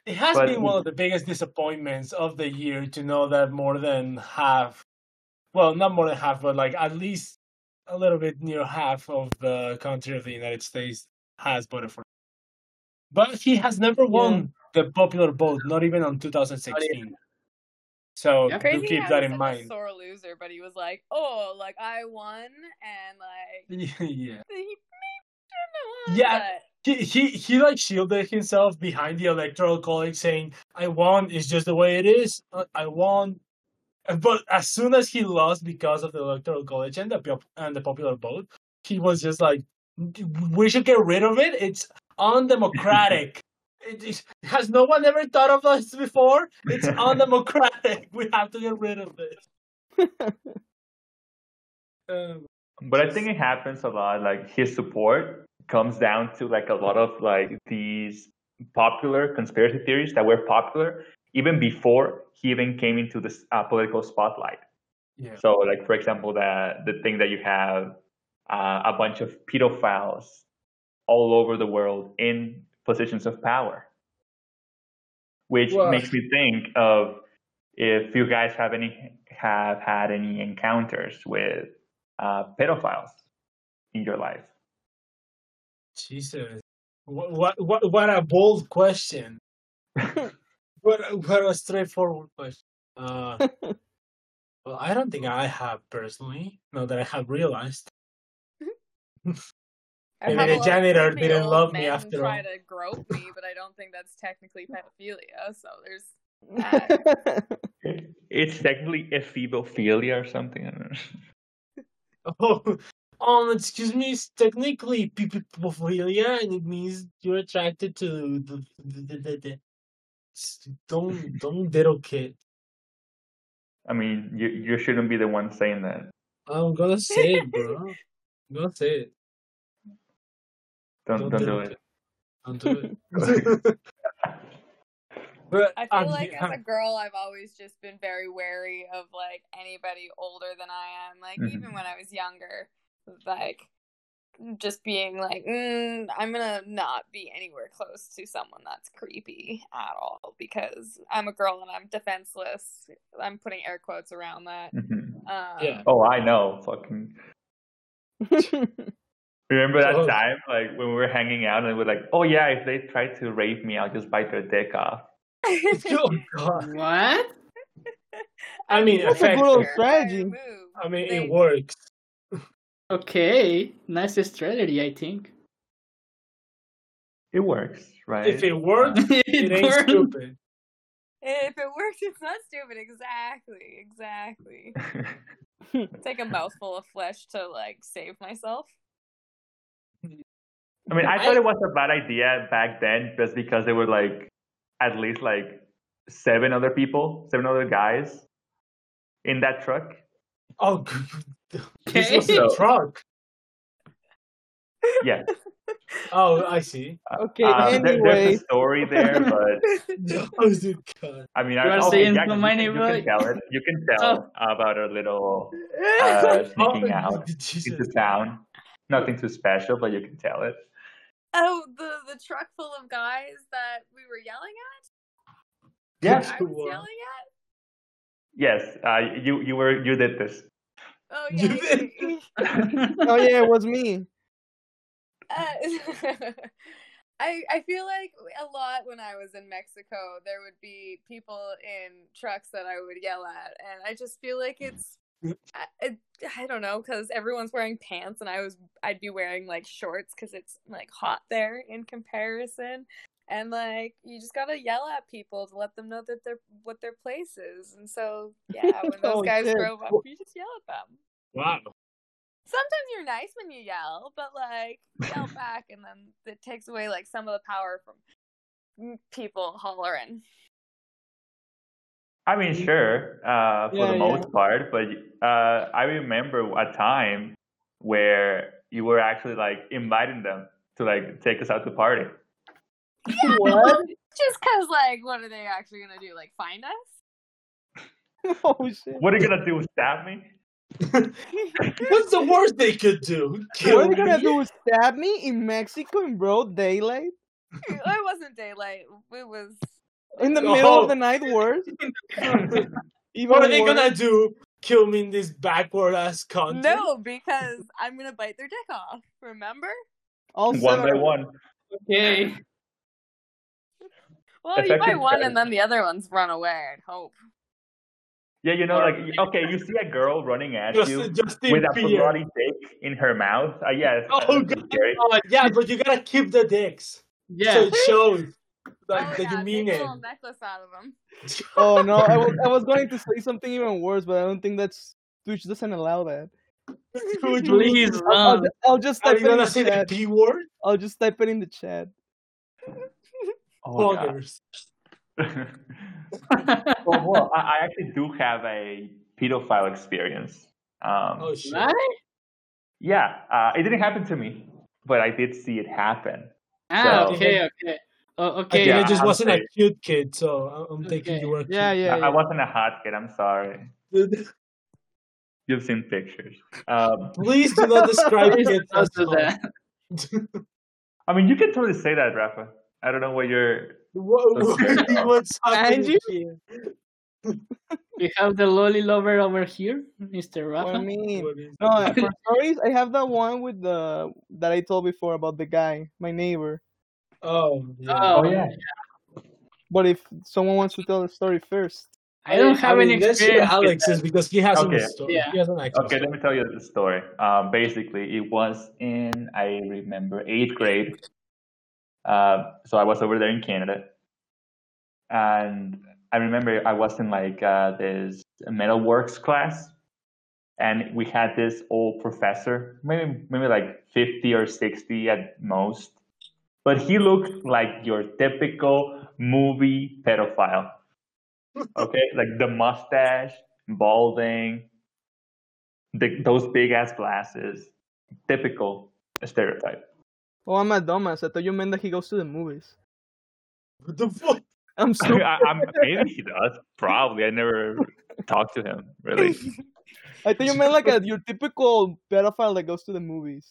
[SPEAKER 3] It has
[SPEAKER 1] But-
[SPEAKER 3] been one of the biggest disappointments of the year to know that more than half, well, not more than half, but like at least a little bit near half of the country of the United States has voted for. him. But he has never won the popular vote, not even on 2016. So
[SPEAKER 5] Yeah.
[SPEAKER 3] do
[SPEAKER 4] Crazy
[SPEAKER 3] keep
[SPEAKER 4] how
[SPEAKER 3] that
[SPEAKER 4] he's
[SPEAKER 3] in
[SPEAKER 4] such a
[SPEAKER 3] mind.
[SPEAKER 4] sore loser, but he was like, "Oh, like I won," and like
[SPEAKER 3] yeah,
[SPEAKER 4] he maybe shouldn't have won.
[SPEAKER 3] Yeah. he, he he like shielded himself behind the electoral college, saying, "I won. It's just the way it is. Uh, I won." But as soon as he lost because of the electoral college and the pop- and the popular vote, he was just like, "We should get rid of it. It's undemocratic." It is- has no one ever thought of this before? It's undemocratic. We have to get rid of this. Um,
[SPEAKER 1] But I think it happens a lot. Like his support comes down to like a lot of like these popular conspiracy theories that were popular even before he even came into this uh, political spotlight.
[SPEAKER 3] yeah.
[SPEAKER 1] So, like for example, that the thing that you have uh, a bunch of pedophiles all over the world in positions of power, which
[SPEAKER 3] Well-
[SPEAKER 1] makes me think of if you guys have any have had any encounters with uh, pedophiles in your life.
[SPEAKER 3] Jesus. What, what what what a bold question. what a- what a straightforward question. Uh well I don't think I have personally, now that I have realized.
[SPEAKER 4] But a
[SPEAKER 3] Maybe
[SPEAKER 4] couple
[SPEAKER 3] the
[SPEAKER 4] of
[SPEAKER 3] janitor
[SPEAKER 4] creepy
[SPEAKER 3] didn't
[SPEAKER 4] old
[SPEAKER 3] love me
[SPEAKER 4] men
[SPEAKER 3] after
[SPEAKER 4] try
[SPEAKER 3] all.
[SPEAKER 4] to grope me, but I don't think that's technically pedophilia. So there's
[SPEAKER 1] It's technically ephebophilia or something. I don't know.
[SPEAKER 3] Oh, um, excuse me, it's technically pipophilia and it means you're attracted to the, the, the, the, the Don't don't diddle kid.
[SPEAKER 1] I mean, you you shouldn't be the one saying that.
[SPEAKER 3] I'm gonna say it, bro. I'm gonna say it.
[SPEAKER 1] Don't don't, do
[SPEAKER 3] diddle
[SPEAKER 1] it.
[SPEAKER 3] kid. Don't do it. but
[SPEAKER 4] I feel
[SPEAKER 3] I'm
[SPEAKER 4] like
[SPEAKER 3] here-
[SPEAKER 4] as a girl, I've always just been very wary of like anybody older than I am. Like
[SPEAKER 3] Mm-hmm.
[SPEAKER 1] Mhm.
[SPEAKER 4] even when I was younger, like just being like, mm, I'm gonna not be anywhere close to someone that's creepy at all because I'm a girl and I'm defenseless. I'm putting air quotes around that.
[SPEAKER 1] Mhm.
[SPEAKER 4] Um,
[SPEAKER 3] Yeah.
[SPEAKER 1] Oh, I know. Fucking remember that
[SPEAKER 3] Oh.
[SPEAKER 1] time, like when we were hanging out, and we we're like, "Oh yeah, if they try to rape me, I'll just bite their dick off."
[SPEAKER 3] oh god.
[SPEAKER 5] What?
[SPEAKER 3] I mean,
[SPEAKER 4] That's
[SPEAKER 2] a good old
[SPEAKER 4] effective.
[SPEAKER 2] strategy.
[SPEAKER 4] Move.
[SPEAKER 3] I mean,
[SPEAKER 4] They-
[SPEAKER 3] it works.
[SPEAKER 5] Okay, nice strategy, I think.
[SPEAKER 1] It works, right?
[SPEAKER 3] If it works, it ain't
[SPEAKER 5] Burn.
[SPEAKER 3] stupid.
[SPEAKER 4] If it works, it's not stupid. Exactly. Exactly. Take a mouthful of flesh to like save myself.
[SPEAKER 1] I mean, I
[SPEAKER 3] I-
[SPEAKER 1] thought it was a bad idea back then just because there were like at least like seven other people, seven other guys in that truck.
[SPEAKER 3] Oh, good. this
[SPEAKER 5] Okay.
[SPEAKER 3] was a
[SPEAKER 1] So-
[SPEAKER 3] truck.
[SPEAKER 1] Yes.
[SPEAKER 3] Oh, I see.
[SPEAKER 2] okay,
[SPEAKER 1] Um, there-
[SPEAKER 2] anyway.
[SPEAKER 1] there's a story there, but
[SPEAKER 3] Oh, God.
[SPEAKER 1] I mean,
[SPEAKER 5] You
[SPEAKER 1] I,
[SPEAKER 5] are
[SPEAKER 1] okay,
[SPEAKER 5] saying
[SPEAKER 1] Jack,
[SPEAKER 5] so
[SPEAKER 1] you,
[SPEAKER 5] many,
[SPEAKER 1] can, you
[SPEAKER 5] right?
[SPEAKER 1] can tell it. You can tell about our little uh, sneaking out into
[SPEAKER 3] Oh, Jesus.
[SPEAKER 1] town. Nothing too special, but you can tell it.
[SPEAKER 4] Oh, the the truck full of guys that we were yelling at.
[SPEAKER 1] Yeah.
[SPEAKER 4] I
[SPEAKER 3] Who
[SPEAKER 4] was
[SPEAKER 3] were?
[SPEAKER 4] yelling at.
[SPEAKER 1] Yes. Uh, you you were you did this.
[SPEAKER 4] Oh
[SPEAKER 3] You
[SPEAKER 4] yeah.
[SPEAKER 3] did.
[SPEAKER 4] yeah, yeah.
[SPEAKER 2] Oh yeah, it was me.
[SPEAKER 4] Uh, I I feel like a lot when I was in Mexico, there would be people in trucks that I would yell at, and I just feel like it's I, I, I don't know because everyone's wearing pants, and I was I'd be wearing like shorts because it's like hot there in comparison, and like you just gotta yell at people to let them know that they're what their place is, and so yeah, when those
[SPEAKER 2] Oh,
[SPEAKER 4] guys
[SPEAKER 2] shit.
[SPEAKER 4] drove up, you just yell at them.
[SPEAKER 3] Wow.
[SPEAKER 4] Sometimes you're nice when you yell, but like yell back, and then it takes away like some of the power from people hollering.
[SPEAKER 1] I mean, sure, uh, for
[SPEAKER 2] Yeah,
[SPEAKER 1] the
[SPEAKER 2] yeah.
[SPEAKER 1] most part, but uh, I remember a time where you were actually like inviting them to like take us out to party.
[SPEAKER 2] What?
[SPEAKER 4] Just cause like, what are they actually gonna do? Like find us?
[SPEAKER 2] Oh shit.
[SPEAKER 1] What are you gonna do? Stab me?
[SPEAKER 3] What's the worst they could do? Kill
[SPEAKER 2] what are they gonna
[SPEAKER 3] me?
[SPEAKER 2] do? Stab me in Mexico in broad daylight?
[SPEAKER 4] it wasn't daylight. It was.
[SPEAKER 2] In the
[SPEAKER 3] Oh.
[SPEAKER 2] middle of the night worse? Even
[SPEAKER 3] What are they
[SPEAKER 2] worse?
[SPEAKER 3] gonna do? Kill me in this backward ass country?
[SPEAKER 4] No, because I'm gonna bite their dick off. Remember?
[SPEAKER 2] All
[SPEAKER 1] one
[SPEAKER 2] seven
[SPEAKER 1] by
[SPEAKER 2] of them.
[SPEAKER 1] one.
[SPEAKER 5] okay.
[SPEAKER 4] Well,
[SPEAKER 1] If
[SPEAKER 4] you
[SPEAKER 1] I
[SPEAKER 4] buy
[SPEAKER 1] could
[SPEAKER 4] one
[SPEAKER 1] try-
[SPEAKER 4] and then the other ones run away. I'd hope.
[SPEAKER 1] Yeah, you know,
[SPEAKER 5] Or-
[SPEAKER 1] like okay, you see a girl running at
[SPEAKER 3] Just,
[SPEAKER 1] you
[SPEAKER 3] just in
[SPEAKER 1] with a
[SPEAKER 3] fear.
[SPEAKER 1] bloody dick in her mouth. Uh, yes,
[SPEAKER 3] Oh,
[SPEAKER 1] that's pretty scary.
[SPEAKER 3] Oh, yeah, but you gotta keep the dicks. So
[SPEAKER 5] Yeah.
[SPEAKER 3] it shows like,
[SPEAKER 4] oh
[SPEAKER 3] that
[SPEAKER 4] yeah,
[SPEAKER 3] you mean
[SPEAKER 4] make a
[SPEAKER 3] it.
[SPEAKER 4] little necklace out of them.
[SPEAKER 2] Oh no, I was, I was going to say something even worse, but I don't think that's Twitch doesn't allow that.
[SPEAKER 3] Would you-
[SPEAKER 5] Please
[SPEAKER 2] I'll, I'll,
[SPEAKER 5] run.
[SPEAKER 2] ju- I'll just
[SPEAKER 3] Are
[SPEAKER 2] type
[SPEAKER 3] you
[SPEAKER 2] it in
[SPEAKER 3] gonna
[SPEAKER 2] the
[SPEAKER 3] say the
[SPEAKER 2] chat.
[SPEAKER 3] P word?
[SPEAKER 2] I'll just type it in the chat.
[SPEAKER 1] Oh god.
[SPEAKER 3] Poggers.
[SPEAKER 1] well, well, I, I actually do have a pedophile experience. Um,
[SPEAKER 3] Oh shit.
[SPEAKER 5] Right?
[SPEAKER 1] Yeah, uh, it didn't happen to me, but I did see it happen.
[SPEAKER 5] Ah,
[SPEAKER 1] So-
[SPEAKER 5] okay, okay. Oh,
[SPEAKER 3] Okay,
[SPEAKER 5] okay.
[SPEAKER 1] Yeah,
[SPEAKER 3] I just
[SPEAKER 1] I'm
[SPEAKER 3] wasn't a
[SPEAKER 1] sorry.
[SPEAKER 3] cute kid, so I- I'm thinking
[SPEAKER 5] Okay.
[SPEAKER 3] you were
[SPEAKER 2] Yeah,
[SPEAKER 1] I,
[SPEAKER 2] yeah,
[SPEAKER 1] I
[SPEAKER 2] yeah.
[SPEAKER 1] wasn't a hot kid. I'm sorry.
[SPEAKER 3] cute.
[SPEAKER 1] You've seen pictures. Um,
[SPEAKER 3] Please do not describe
[SPEAKER 5] Please
[SPEAKER 3] kids
[SPEAKER 5] don't
[SPEAKER 3] as
[SPEAKER 5] do
[SPEAKER 3] hot.
[SPEAKER 5] that.
[SPEAKER 1] I mean, you can totally say that, Rafa. I don't know what you're.
[SPEAKER 3] What, what,
[SPEAKER 1] Okay.
[SPEAKER 3] what's
[SPEAKER 2] Andrew?
[SPEAKER 3] happening here?
[SPEAKER 5] We have the lolly lover over here, Mr.
[SPEAKER 2] What I
[SPEAKER 1] Uh-huh.
[SPEAKER 5] Rafa.
[SPEAKER 2] mean?
[SPEAKER 3] What is
[SPEAKER 2] No, uh, for stories, I have that one with the that I told before about the guy, my neighbor.
[SPEAKER 3] Oh, yeah.
[SPEAKER 5] Oh,
[SPEAKER 2] But if someone wants to tell the story first,
[SPEAKER 5] I don't have any
[SPEAKER 3] let's hear
[SPEAKER 5] experience. with
[SPEAKER 3] Alex's because he has
[SPEAKER 1] Okay.
[SPEAKER 3] a story.
[SPEAKER 5] Yeah.
[SPEAKER 3] He has an actual
[SPEAKER 1] Okay, let me tell you the story. Um, basically, it was in I remember eighth grade. Uh, so I was over there in Canada, and I remember I was in like uh, this metalworks class, and we had this old professor, maybe maybe like fifty or sixty at most, but he looked like your typical movie pedophile. Okay, like the mustache, balding, the, those big ass glasses, typical stereotype.
[SPEAKER 2] Oh, I'm a dumbass. I thought you meant that he goes to the movies.
[SPEAKER 3] What the fuck?
[SPEAKER 2] I'm
[SPEAKER 1] I,
[SPEAKER 2] so
[SPEAKER 1] I'm, maybe he does. Probably. I never talked to him really.
[SPEAKER 2] I think you meant like a, your typical pedophile that goes to the movies.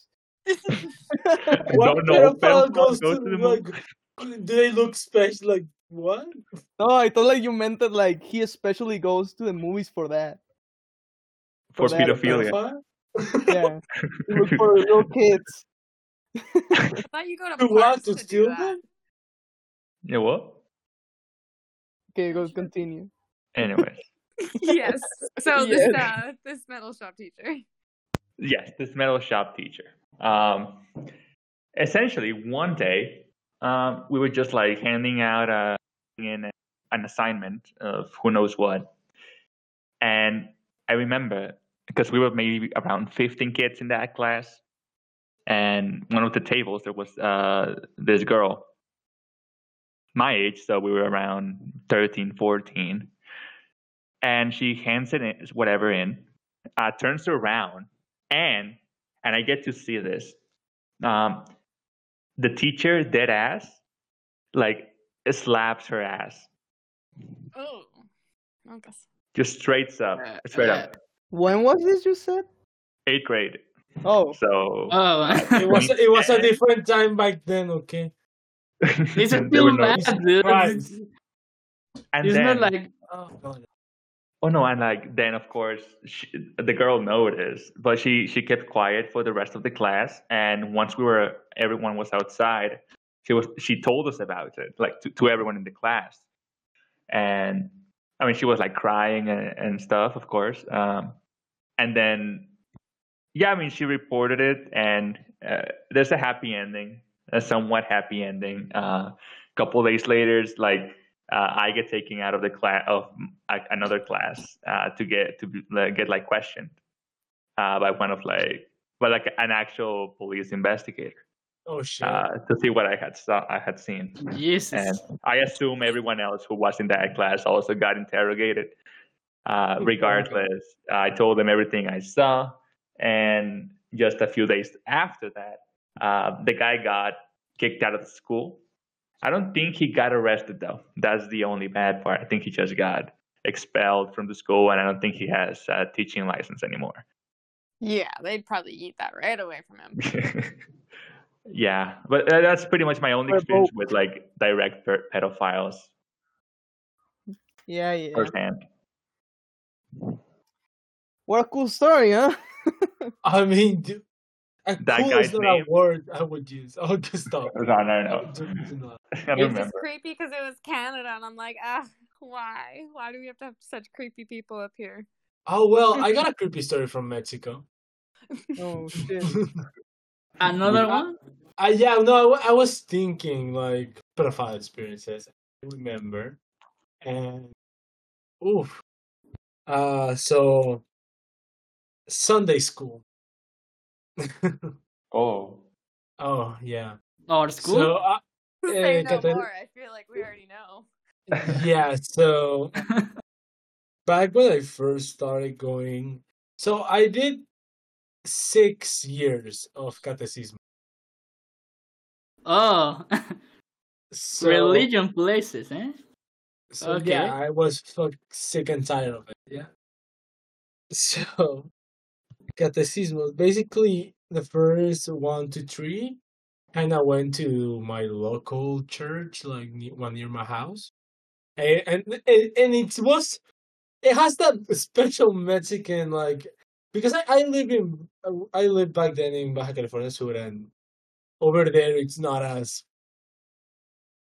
[SPEAKER 1] No,
[SPEAKER 3] What
[SPEAKER 1] no,
[SPEAKER 3] pedophile
[SPEAKER 1] pedophile
[SPEAKER 3] goes,
[SPEAKER 1] goes
[SPEAKER 3] to,
[SPEAKER 1] to the
[SPEAKER 3] like? Do they look special? Like what?
[SPEAKER 2] No, I thought like you meant that like he especially goes to the movies for that.
[SPEAKER 1] For
[SPEAKER 2] that,
[SPEAKER 1] pedophilia.
[SPEAKER 3] Pedophile?
[SPEAKER 2] Yeah, to look for little kids.
[SPEAKER 4] I thought you go to
[SPEAKER 3] To
[SPEAKER 4] parks
[SPEAKER 3] what? To
[SPEAKER 4] do
[SPEAKER 3] steal
[SPEAKER 4] that.
[SPEAKER 3] them?
[SPEAKER 1] Yeah, what?
[SPEAKER 2] Okay, go continue.
[SPEAKER 1] Anyways.
[SPEAKER 4] yes. So this
[SPEAKER 2] Yes.
[SPEAKER 4] uh, this metal shop teacher.
[SPEAKER 1] Yes, this metal shop teacher. Um, essentially, one day um, we were just like handing out a, in an assignment of who knows what, and I remember because we were maybe around fifteen kids in that class, and one of the tables there was uh, this girl my age, so we were around 13, 14. and she hands it in, whatever in, uh, turns around and and I get to see this. Um, the teacher dead ass, like slaps her ass,
[SPEAKER 4] Oh. Okay.
[SPEAKER 1] just straight up,
[SPEAKER 5] Uh,
[SPEAKER 1] straight
[SPEAKER 5] uh,
[SPEAKER 1] up,
[SPEAKER 2] When was this you said?
[SPEAKER 1] eighth grade.
[SPEAKER 2] Oh,
[SPEAKER 1] So
[SPEAKER 5] Oh,
[SPEAKER 3] It was it was a different time back then. Okay.
[SPEAKER 5] these are
[SPEAKER 1] there were
[SPEAKER 5] still bad, dude.
[SPEAKER 3] Christ.
[SPEAKER 1] and
[SPEAKER 5] It's
[SPEAKER 1] then,
[SPEAKER 5] not like
[SPEAKER 3] Oh god.
[SPEAKER 1] oh no, and like then of course she, the girl noticed, but she she kept quiet for the rest of the class. And once we were everyone was outside, she was she told us about it, like to, to everyone in the class. and I mean, she was like crying and, and stuff, of course. Um, and then, yeah, I mean, she reported it, and uh, there's a happy ending, a somewhat happy ending. A uh, couple days later, it's like uh, I get taken out of the class of uh, another class uh, to get to be, like, get like questioned uh, by one of like by like an actual police investigator
[SPEAKER 3] Oh shit.
[SPEAKER 1] uh, to see what I had saw I had seen.
[SPEAKER 5] Jesus.
[SPEAKER 1] And I assume everyone else who was in that class also got interrogated. Uh, regardless, I told them everything I saw. And just a few days after that, uh, the guy got kicked out of the school. I don't think he got arrested, though. That's the only bad part. I think he just got expelled from the school, and I don't think he has a teaching license anymore.
[SPEAKER 4] Yeah, they'd probably eat that right away from him.
[SPEAKER 1] yeah, but uh, that's pretty much my only
[SPEAKER 2] Or
[SPEAKER 1] experience with like direct per- pedophiles
[SPEAKER 2] yeah, yeah.
[SPEAKER 1] firsthand.
[SPEAKER 2] What a cool story, huh?
[SPEAKER 3] I mean, dude, a
[SPEAKER 1] That
[SPEAKER 3] cool
[SPEAKER 1] guy's
[SPEAKER 3] is not
[SPEAKER 1] name-
[SPEAKER 3] a word I would use. I'll just stop.
[SPEAKER 1] No, no, no.
[SPEAKER 3] Do- do not.
[SPEAKER 1] I don't
[SPEAKER 4] It was just
[SPEAKER 1] remember.
[SPEAKER 4] creepy because it was Canada, and I'm like, ah, why? Why do we have to have such creepy people up here?
[SPEAKER 3] Oh well, I got a creepy story from Mexico.
[SPEAKER 2] Oh shit.
[SPEAKER 5] Another
[SPEAKER 3] Uh,
[SPEAKER 5] one?
[SPEAKER 3] I, yeah, no, I, I was thinking like pedophile experiences. I remember, and oof, uh, so Sunday school.
[SPEAKER 1] Oh,
[SPEAKER 3] oh yeah,
[SPEAKER 5] Or school?
[SPEAKER 3] so uh,
[SPEAKER 4] Say
[SPEAKER 3] Eh,
[SPEAKER 4] no
[SPEAKER 3] Catal-
[SPEAKER 4] more. I feel like we already know.
[SPEAKER 3] yeah, so back when I first started going, so I did six years of catechism.
[SPEAKER 5] oh,
[SPEAKER 3] So,
[SPEAKER 5] religion places, eh?
[SPEAKER 3] So
[SPEAKER 5] Okay.
[SPEAKER 3] yeah, I was fuck sick and tired of it. Yeah. So, catecismo. Basically, the first one to three, kind of went to my local church, like ne- one near my house, and and and, and it was, it has that special Mexican like, because I I live in I live back then in Baja California Sur, and over there it's not as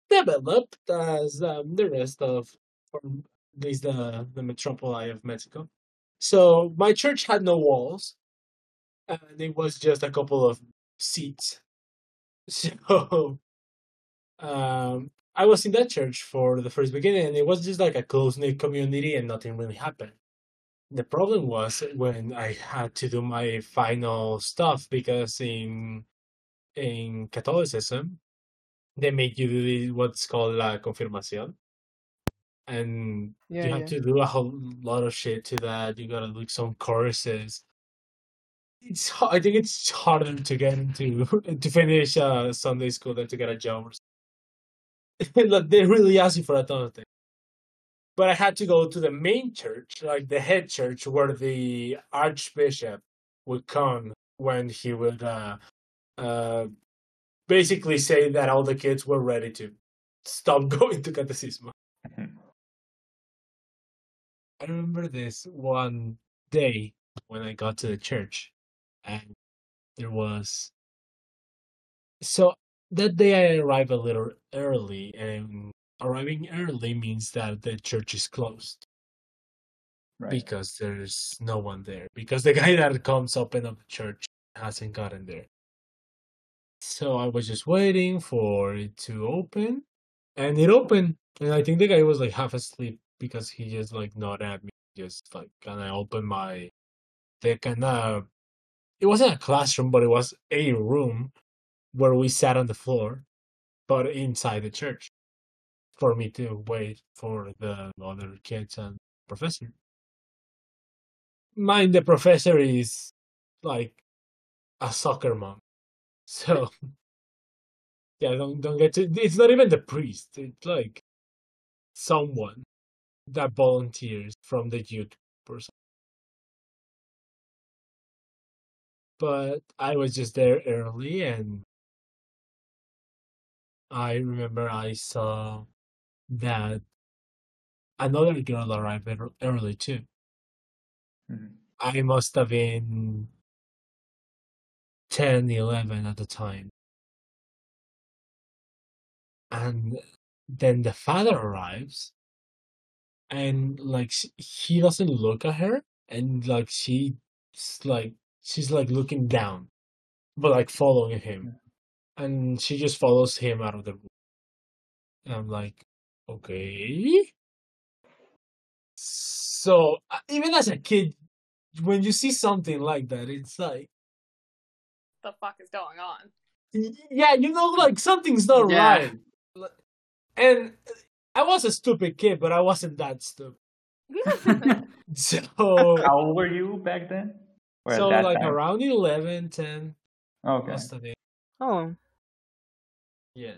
[SPEAKER 3] developed as um, the rest of, or at least the, the metropoli of Mexico. So my church had no walls, and it was just a couple of seats. So um, I was in that church for the first beginning, and it was just like a close knit community, and nothing really happened. The problem was when I had to do my final stuff because in in Catholicism, they make you do the, what's called la confirmación. And
[SPEAKER 2] Yeah,
[SPEAKER 3] you have
[SPEAKER 2] yeah.
[SPEAKER 3] to do a whole lot of shit to that. You gotta do some courses. It's h- I think it's harder to get into to finish uh, Sunday school than to get a job. Or something. like they really ask you for a ton of things. But I had to go to the main church, like the head church, where the archbishop would come when he would uh, uh, basically say that all the kids were ready to stop going to catecismo.
[SPEAKER 1] Mhm.
[SPEAKER 3] I remember this one day when I got to the church, and there was. So that day I arrived a little early, and arriving early means that the church is closed
[SPEAKER 1] Right.
[SPEAKER 3] because there's no one there because the guy that comes open up the church hasn't gotten there so i was just waiting for it to open and it opened and i think the guy was like half asleep because he just like not at me just like and i opened my they kind of it wasn't a classroom but it was a room where we sat on the floor but inside the church for me to wait for the other kids and professor mind the professor is like a soccer mom. So yeah, don't don't get to it's not even the priest, it's like someone that volunteers from the youth person. But I was just there early and I remember I saw that another girl arrived ear- early too.
[SPEAKER 1] Mhm.
[SPEAKER 3] I must have been 10, 11 at the time. And then the father arrives, and like sh- he doesn't look at her, and like she's like she's like looking down, but like following him, and she just follows him out of the room. And I'm like, okay. So uh, even as a kid, when you see something like that, it's like.
[SPEAKER 4] the fuck is going on?
[SPEAKER 3] Y- yeah, you know, like something's not
[SPEAKER 5] Yeah.
[SPEAKER 3] right. Like, And I was a stupid kid, but I wasn't that stupid. So,
[SPEAKER 1] How old were you back then? Or at
[SPEAKER 3] so
[SPEAKER 1] that
[SPEAKER 3] like
[SPEAKER 1] time?
[SPEAKER 3] around 11, 10,
[SPEAKER 1] Okay.
[SPEAKER 3] must have been.
[SPEAKER 2] Oh,
[SPEAKER 3] Yeah.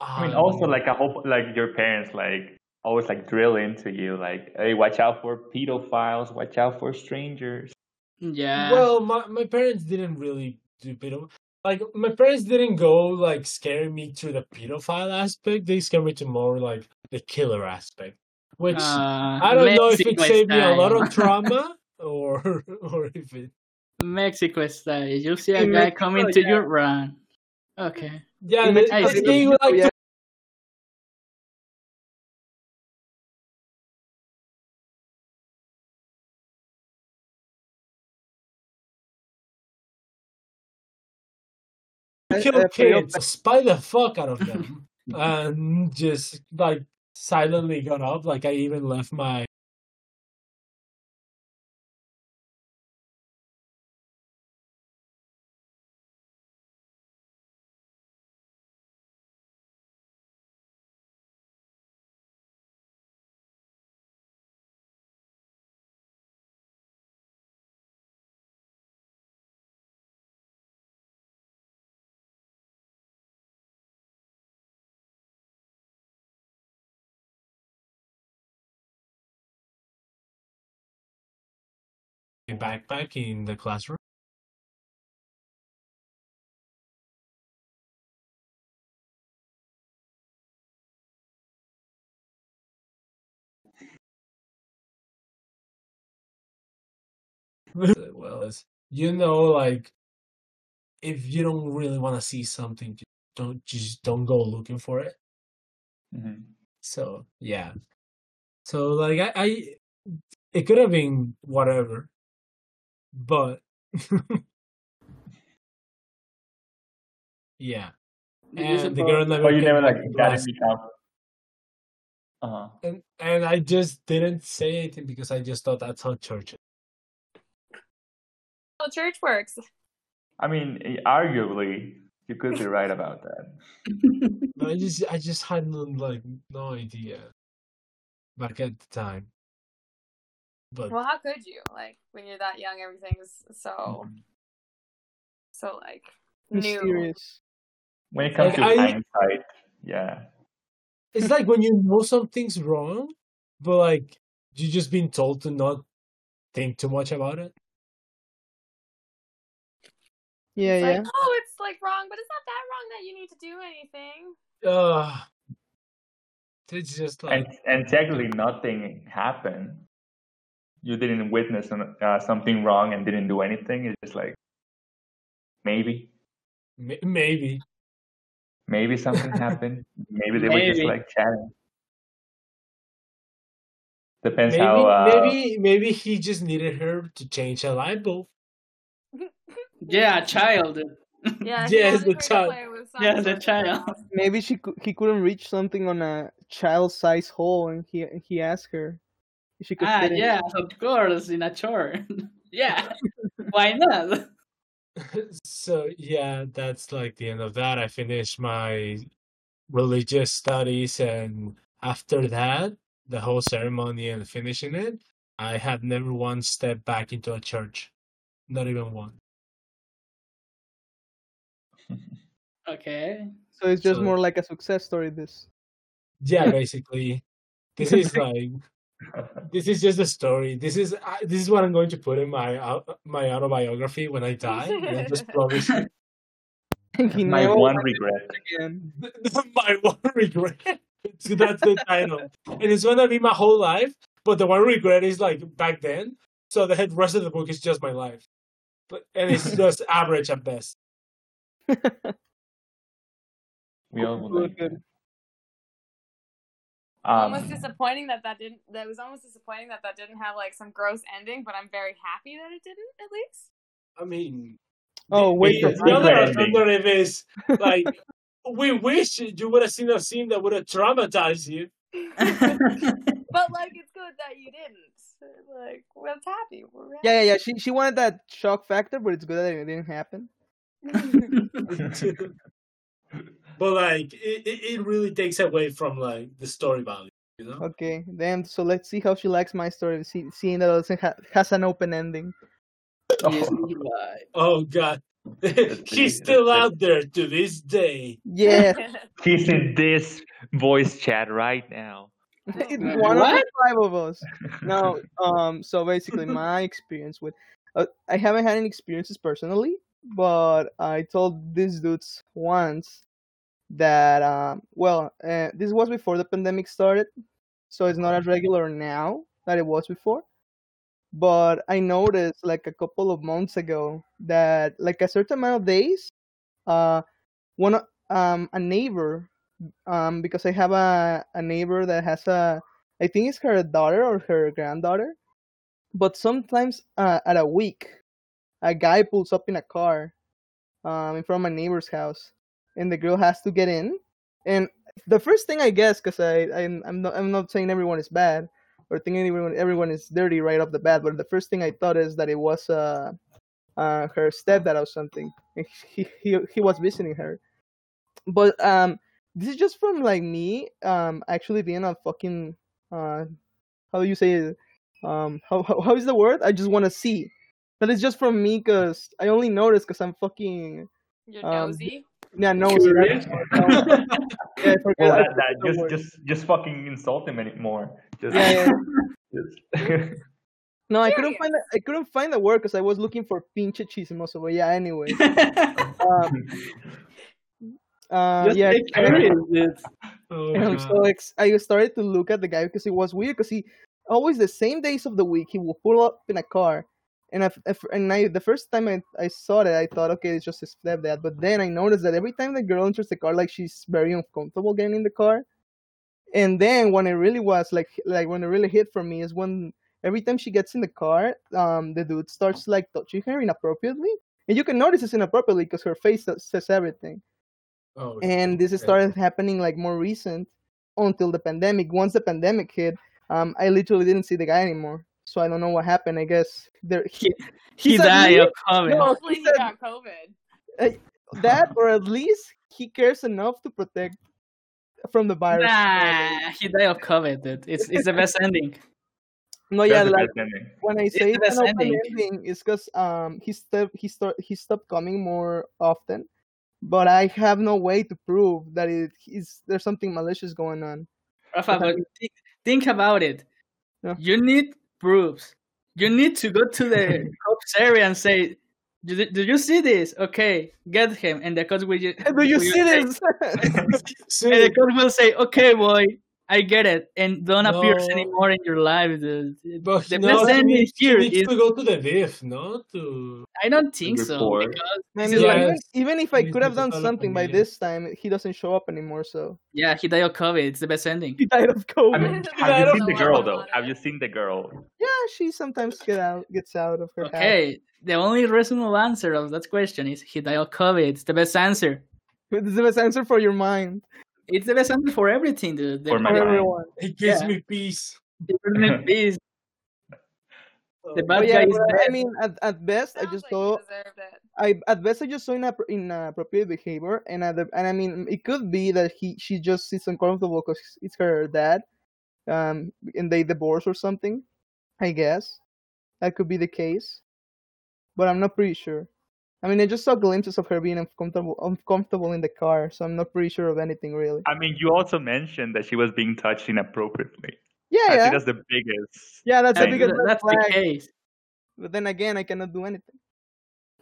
[SPEAKER 1] I mean, also
[SPEAKER 3] Um,
[SPEAKER 1] like I hope like your parents like always like drill into you like, hey, watch out for pedophiles, watch out for strangers.
[SPEAKER 5] Yeah.
[SPEAKER 3] Well, my, my parents didn't really do pedo. Like my parents didn't go like scare me to the pedophile aspect. They scared me to more like the killer aspect, which
[SPEAKER 5] Uh,
[SPEAKER 3] I don't know if
[SPEAKER 5] Mexico
[SPEAKER 3] it saved me a lot
[SPEAKER 5] style.
[SPEAKER 3] of trauma or or if it.
[SPEAKER 5] Mexico style. You see a
[SPEAKER 2] In
[SPEAKER 5] guy
[SPEAKER 2] Mexico,
[SPEAKER 5] coming to
[SPEAKER 2] yeah.
[SPEAKER 5] you, run. Okay.
[SPEAKER 3] Yeah,
[SPEAKER 2] In
[SPEAKER 3] the,
[SPEAKER 5] Mexico
[SPEAKER 3] this
[SPEAKER 5] City,
[SPEAKER 3] game
[SPEAKER 2] you
[SPEAKER 3] like
[SPEAKER 2] know,
[SPEAKER 3] to-
[SPEAKER 2] yeah.
[SPEAKER 3] kill
[SPEAKER 2] Uh,
[SPEAKER 3] kids,
[SPEAKER 2] pedo-
[SPEAKER 3] spy the fuck out of them, and just like silently got up. Like I even left my backpack in the classroom. well, it's, you know, like if you don't really want to see something, ju- don't just don't go looking for it.
[SPEAKER 1] Mhm.
[SPEAKER 3] So yeah, so like I, I it could have been whatever, but yeah.
[SPEAKER 5] Did you
[SPEAKER 3] And the
[SPEAKER 5] suppose-
[SPEAKER 3] girl never
[SPEAKER 1] But you
[SPEAKER 3] came
[SPEAKER 1] never
[SPEAKER 3] back
[SPEAKER 1] like
[SPEAKER 3] to
[SPEAKER 1] got
[SPEAKER 3] class.
[SPEAKER 1] it become uh
[SPEAKER 3] And and I just didn't say anything because I just thought that's how church is.
[SPEAKER 4] Well, church works.
[SPEAKER 1] I mean, arguably You could be right about that.
[SPEAKER 3] No, I just I just had no, like no idea back at the time. But
[SPEAKER 4] Well, how could you? Like when you're that young, everything's
[SPEAKER 1] Mm-hmm.
[SPEAKER 4] so so like new.
[SPEAKER 2] Mysterious.
[SPEAKER 1] When it comes
[SPEAKER 3] Like,
[SPEAKER 1] to
[SPEAKER 3] I-
[SPEAKER 1] hindsight, yeah.
[SPEAKER 3] it's like when you know something's wrong, but like you just been told to not think too much about it.
[SPEAKER 2] Yeah,
[SPEAKER 4] It's
[SPEAKER 2] yeah.
[SPEAKER 4] like, oh, it's like wrong, but it's not that wrong that you need to do anything.
[SPEAKER 3] Uh it's just
[SPEAKER 1] And
[SPEAKER 3] like
[SPEAKER 1] and technically nothing happened. You didn't witness an- uh, something wrong and didn't do anything. It's just like maybe,
[SPEAKER 3] may- maybe.
[SPEAKER 1] maybe something happened. Maybe they were just
[SPEAKER 5] Maybe.
[SPEAKER 1] like chatting. Depends
[SPEAKER 3] Maybe
[SPEAKER 1] how. Uh,
[SPEAKER 3] maybe maybe he just needed her to change a light bulb.
[SPEAKER 5] Yeah, a child.
[SPEAKER 4] Yeah,
[SPEAKER 3] Yeah,
[SPEAKER 4] he
[SPEAKER 3] the
[SPEAKER 4] wanted her to
[SPEAKER 3] child.
[SPEAKER 4] play with
[SPEAKER 5] Yeah,
[SPEAKER 4] something
[SPEAKER 5] the
[SPEAKER 4] with
[SPEAKER 5] child.
[SPEAKER 4] dolls.
[SPEAKER 2] Maybe she cou- he couldn't reach something on a child-sized hole, and he he asked her if she could
[SPEAKER 5] Ah,
[SPEAKER 2] fit in.
[SPEAKER 5] yeah, of course, in a chore. yeah, why not?
[SPEAKER 3] So yeah, that's like the end of that. I finished my religious studies, and after that, the whole ceremony and finishing it, I had never once stepped back into a church, not even one.
[SPEAKER 5] Okay.
[SPEAKER 2] So it's just
[SPEAKER 3] So-
[SPEAKER 2] more like a success story. This.
[SPEAKER 3] Yeah, basically, this is like this is just a story. This is I this is what I'm going to put in my au- my autobiography when I die. And I just publish it.
[SPEAKER 2] He
[SPEAKER 1] my
[SPEAKER 2] never
[SPEAKER 1] one
[SPEAKER 2] went
[SPEAKER 1] regret.
[SPEAKER 2] again.
[SPEAKER 3] my one regret. So that's the title, and it's gonna be my whole life. But the one regret is like back then. So the rest of the book is just my life, but and it's just average at best.
[SPEAKER 1] We all would Oh, like
[SPEAKER 2] Good.
[SPEAKER 4] almost
[SPEAKER 1] Um,
[SPEAKER 4] disappointing that that didn't. That was almost disappointing that that didn't have like some gross ending. But I'm very happy that it didn't. At least
[SPEAKER 3] I mean,
[SPEAKER 2] Oh wait, for
[SPEAKER 3] the,
[SPEAKER 1] It's
[SPEAKER 3] the
[SPEAKER 1] a
[SPEAKER 3] other
[SPEAKER 1] secret ending.
[SPEAKER 3] alternative is like we wish you would have seen a scene that would have traumatized you.
[SPEAKER 4] but like it's good that you didn't. Like we're happy. We're happy.
[SPEAKER 2] yeah, yeah, yeah. She she wanted that shock factor, but it's good that it didn't happen.
[SPEAKER 3] but like it, it, it really takes away from like the story value, you know.
[SPEAKER 2] Okay, then so let's see how she likes my story. See, seeing that it doesn't ha- has an open ending.
[SPEAKER 5] Yes, why?
[SPEAKER 3] Oh God, he's
[SPEAKER 1] That's
[SPEAKER 3] still
[SPEAKER 1] it.
[SPEAKER 3] out there to this day.
[SPEAKER 2] Yeah.
[SPEAKER 1] He's in this voice chat right now.
[SPEAKER 2] One of the five of us. No, um, so basically, my experience with uh, I haven't had any experiences personally, but I told these dudes once that um, well, uh, this was before the pandemic started, so it's not as regular now that it was before. But I noticed like a couple of months ago that like a certain amount of days, uh, one o- um a neighbor, um, because I have a a neighbor that has a I think it's her daughter or her granddaughter. But sometimes uh, at a week, a guy pulls up in a car um, in front of my neighbor's house, and the girl has to get in. And the first thing I guess, because I I'm I'm not, I'm not saying everyone is bad or thinking everyone everyone is dirty right off the bat, but the first thing I thought is that it was uh, uh, her stepdad or something. and He he he was visiting her, but um, this is just from like me um actually being a fucking uh how do you say it? Um, how, how, how is the word? I just want to see. That is just from me because I only notice because I'm fucking.
[SPEAKER 4] You're
[SPEAKER 2] Um,
[SPEAKER 4] nosy.
[SPEAKER 2] Yeah, no.
[SPEAKER 5] Curious?
[SPEAKER 2] yeah, I
[SPEAKER 1] Well,
[SPEAKER 2] forgot- I
[SPEAKER 1] that,
[SPEAKER 2] forgot
[SPEAKER 1] that
[SPEAKER 2] the
[SPEAKER 1] just
[SPEAKER 2] word.
[SPEAKER 1] just just fucking insult him anymore. Just,
[SPEAKER 2] Yeah, yeah.
[SPEAKER 1] just-
[SPEAKER 2] No, I couldn't find the, I couldn't find the word because I was looking for pinche chismoso. But yeah, anyway. Uh, uh,
[SPEAKER 5] Just
[SPEAKER 2] yeah,
[SPEAKER 5] take care of it.
[SPEAKER 3] Oh
[SPEAKER 2] I'm so ex- I started to look at the guy because it was weird because he always the same days of the week he will pull up in a car, and I, and I the first time I, I saw that I thought okay it's just his stepdad, but then I noticed that every time the girl enters the car like she's very uncomfortable getting in the car, and then when it really was like like when it really hit for me is when every time she gets in the car, um the dude starts like touching her inappropriately, and you can notice it's inappropriately because her face sa- says everything
[SPEAKER 3] oh,
[SPEAKER 2] and this
[SPEAKER 3] Okay.
[SPEAKER 2] started happening like more recent until the pandemic once the pandemic hit um i literally didn't see the guy anymore so i don't know what happened i guess there
[SPEAKER 5] He
[SPEAKER 2] Is that
[SPEAKER 5] died
[SPEAKER 2] me?
[SPEAKER 5] of COVID.
[SPEAKER 2] No.
[SPEAKER 4] Hopefully, he got COVID.
[SPEAKER 2] that, or at least he cares enough to protect from the virus.
[SPEAKER 5] Nah, he died of COVID, dude. It's it's the best ending.
[SPEAKER 2] No, yeah,
[SPEAKER 1] That's a
[SPEAKER 2] like
[SPEAKER 1] bad ending.
[SPEAKER 2] when I say
[SPEAKER 5] the
[SPEAKER 2] it's
[SPEAKER 5] best
[SPEAKER 2] an open
[SPEAKER 5] ending.
[SPEAKER 2] ending, it's because um he stopped he start he stopped coming more often, but I have no way to prove that it is there's something malicious going on.
[SPEAKER 5] Rafa, but think, think about it.
[SPEAKER 2] Yeah.
[SPEAKER 5] You need proofs. You need to go to the cops area and say, do, do you see this? Okay, get him. And the cops will ju-
[SPEAKER 2] Do you
[SPEAKER 5] will
[SPEAKER 2] see
[SPEAKER 5] say-
[SPEAKER 2] this?
[SPEAKER 3] See,
[SPEAKER 5] And the cops will say, okay, boy, I get it. And don't appear
[SPEAKER 3] No.
[SPEAKER 5] anymore in your life. Dude.
[SPEAKER 3] but
[SPEAKER 5] The
[SPEAKER 3] no,
[SPEAKER 5] best
[SPEAKER 3] he
[SPEAKER 5] ending
[SPEAKER 3] needs, he
[SPEAKER 5] here
[SPEAKER 3] needs
[SPEAKER 5] is,
[SPEAKER 3] to go to the VIF, no? To
[SPEAKER 5] I don't think so.
[SPEAKER 1] Report.
[SPEAKER 5] Because,
[SPEAKER 2] I
[SPEAKER 5] This
[SPEAKER 2] mean,
[SPEAKER 5] is like-
[SPEAKER 2] even, even if I
[SPEAKER 3] Please
[SPEAKER 2] could have
[SPEAKER 3] don't
[SPEAKER 2] done
[SPEAKER 3] tell
[SPEAKER 2] something by
[SPEAKER 3] Familia.
[SPEAKER 2] this time, he doesn't show up anymore. So
[SPEAKER 5] yeah, he died of COVID. It's the best ending.
[SPEAKER 2] he died of COVID.
[SPEAKER 1] I mean,
[SPEAKER 4] He
[SPEAKER 1] have
[SPEAKER 3] died
[SPEAKER 1] you
[SPEAKER 3] of
[SPEAKER 1] seen the
[SPEAKER 4] COVID.
[SPEAKER 1] girl though? Have you seen the girl?
[SPEAKER 2] yeah, she sometimes get out gets out of her house.
[SPEAKER 5] Okay, the only reasonable answer of that question is he died of COVID. It's the best answer.
[SPEAKER 2] This is the best answer for your mind
[SPEAKER 5] It's the best answer for everything, dude. The
[SPEAKER 1] For my
[SPEAKER 2] for
[SPEAKER 1] mind.
[SPEAKER 2] everyone.
[SPEAKER 3] he gives
[SPEAKER 5] Yeah.
[SPEAKER 3] me peace.
[SPEAKER 5] The internet is- the
[SPEAKER 3] Oh,
[SPEAKER 5] bad
[SPEAKER 2] But yeah,
[SPEAKER 5] guy is
[SPEAKER 2] but I
[SPEAKER 5] dead.
[SPEAKER 2] mean, at, at best, I
[SPEAKER 4] Sounds
[SPEAKER 2] just
[SPEAKER 4] like
[SPEAKER 2] saw
[SPEAKER 4] he deserved it.
[SPEAKER 2] I at best I just saw inappro- inappropriate behavior, and at the, and I mean it could be that he she just is uncomfortable because it's her dad, um, and they divorce or something. I guess that could be the case, but I'm not pretty sure. I mean, I just saw glimpses of her being uncomfortable uncomfortable in the car, so I'm not pretty sure of anything really.
[SPEAKER 1] I mean, you also mentioned that she was being touched inappropriately.
[SPEAKER 2] Yeah,
[SPEAKER 1] I think
[SPEAKER 2] yeah,
[SPEAKER 1] that's the biggest.
[SPEAKER 2] yeah. That's the
[SPEAKER 1] Thank
[SPEAKER 2] biggest
[SPEAKER 1] you.
[SPEAKER 2] red
[SPEAKER 5] that's the
[SPEAKER 2] flag.
[SPEAKER 5] case.
[SPEAKER 2] But then again, I cannot do anything.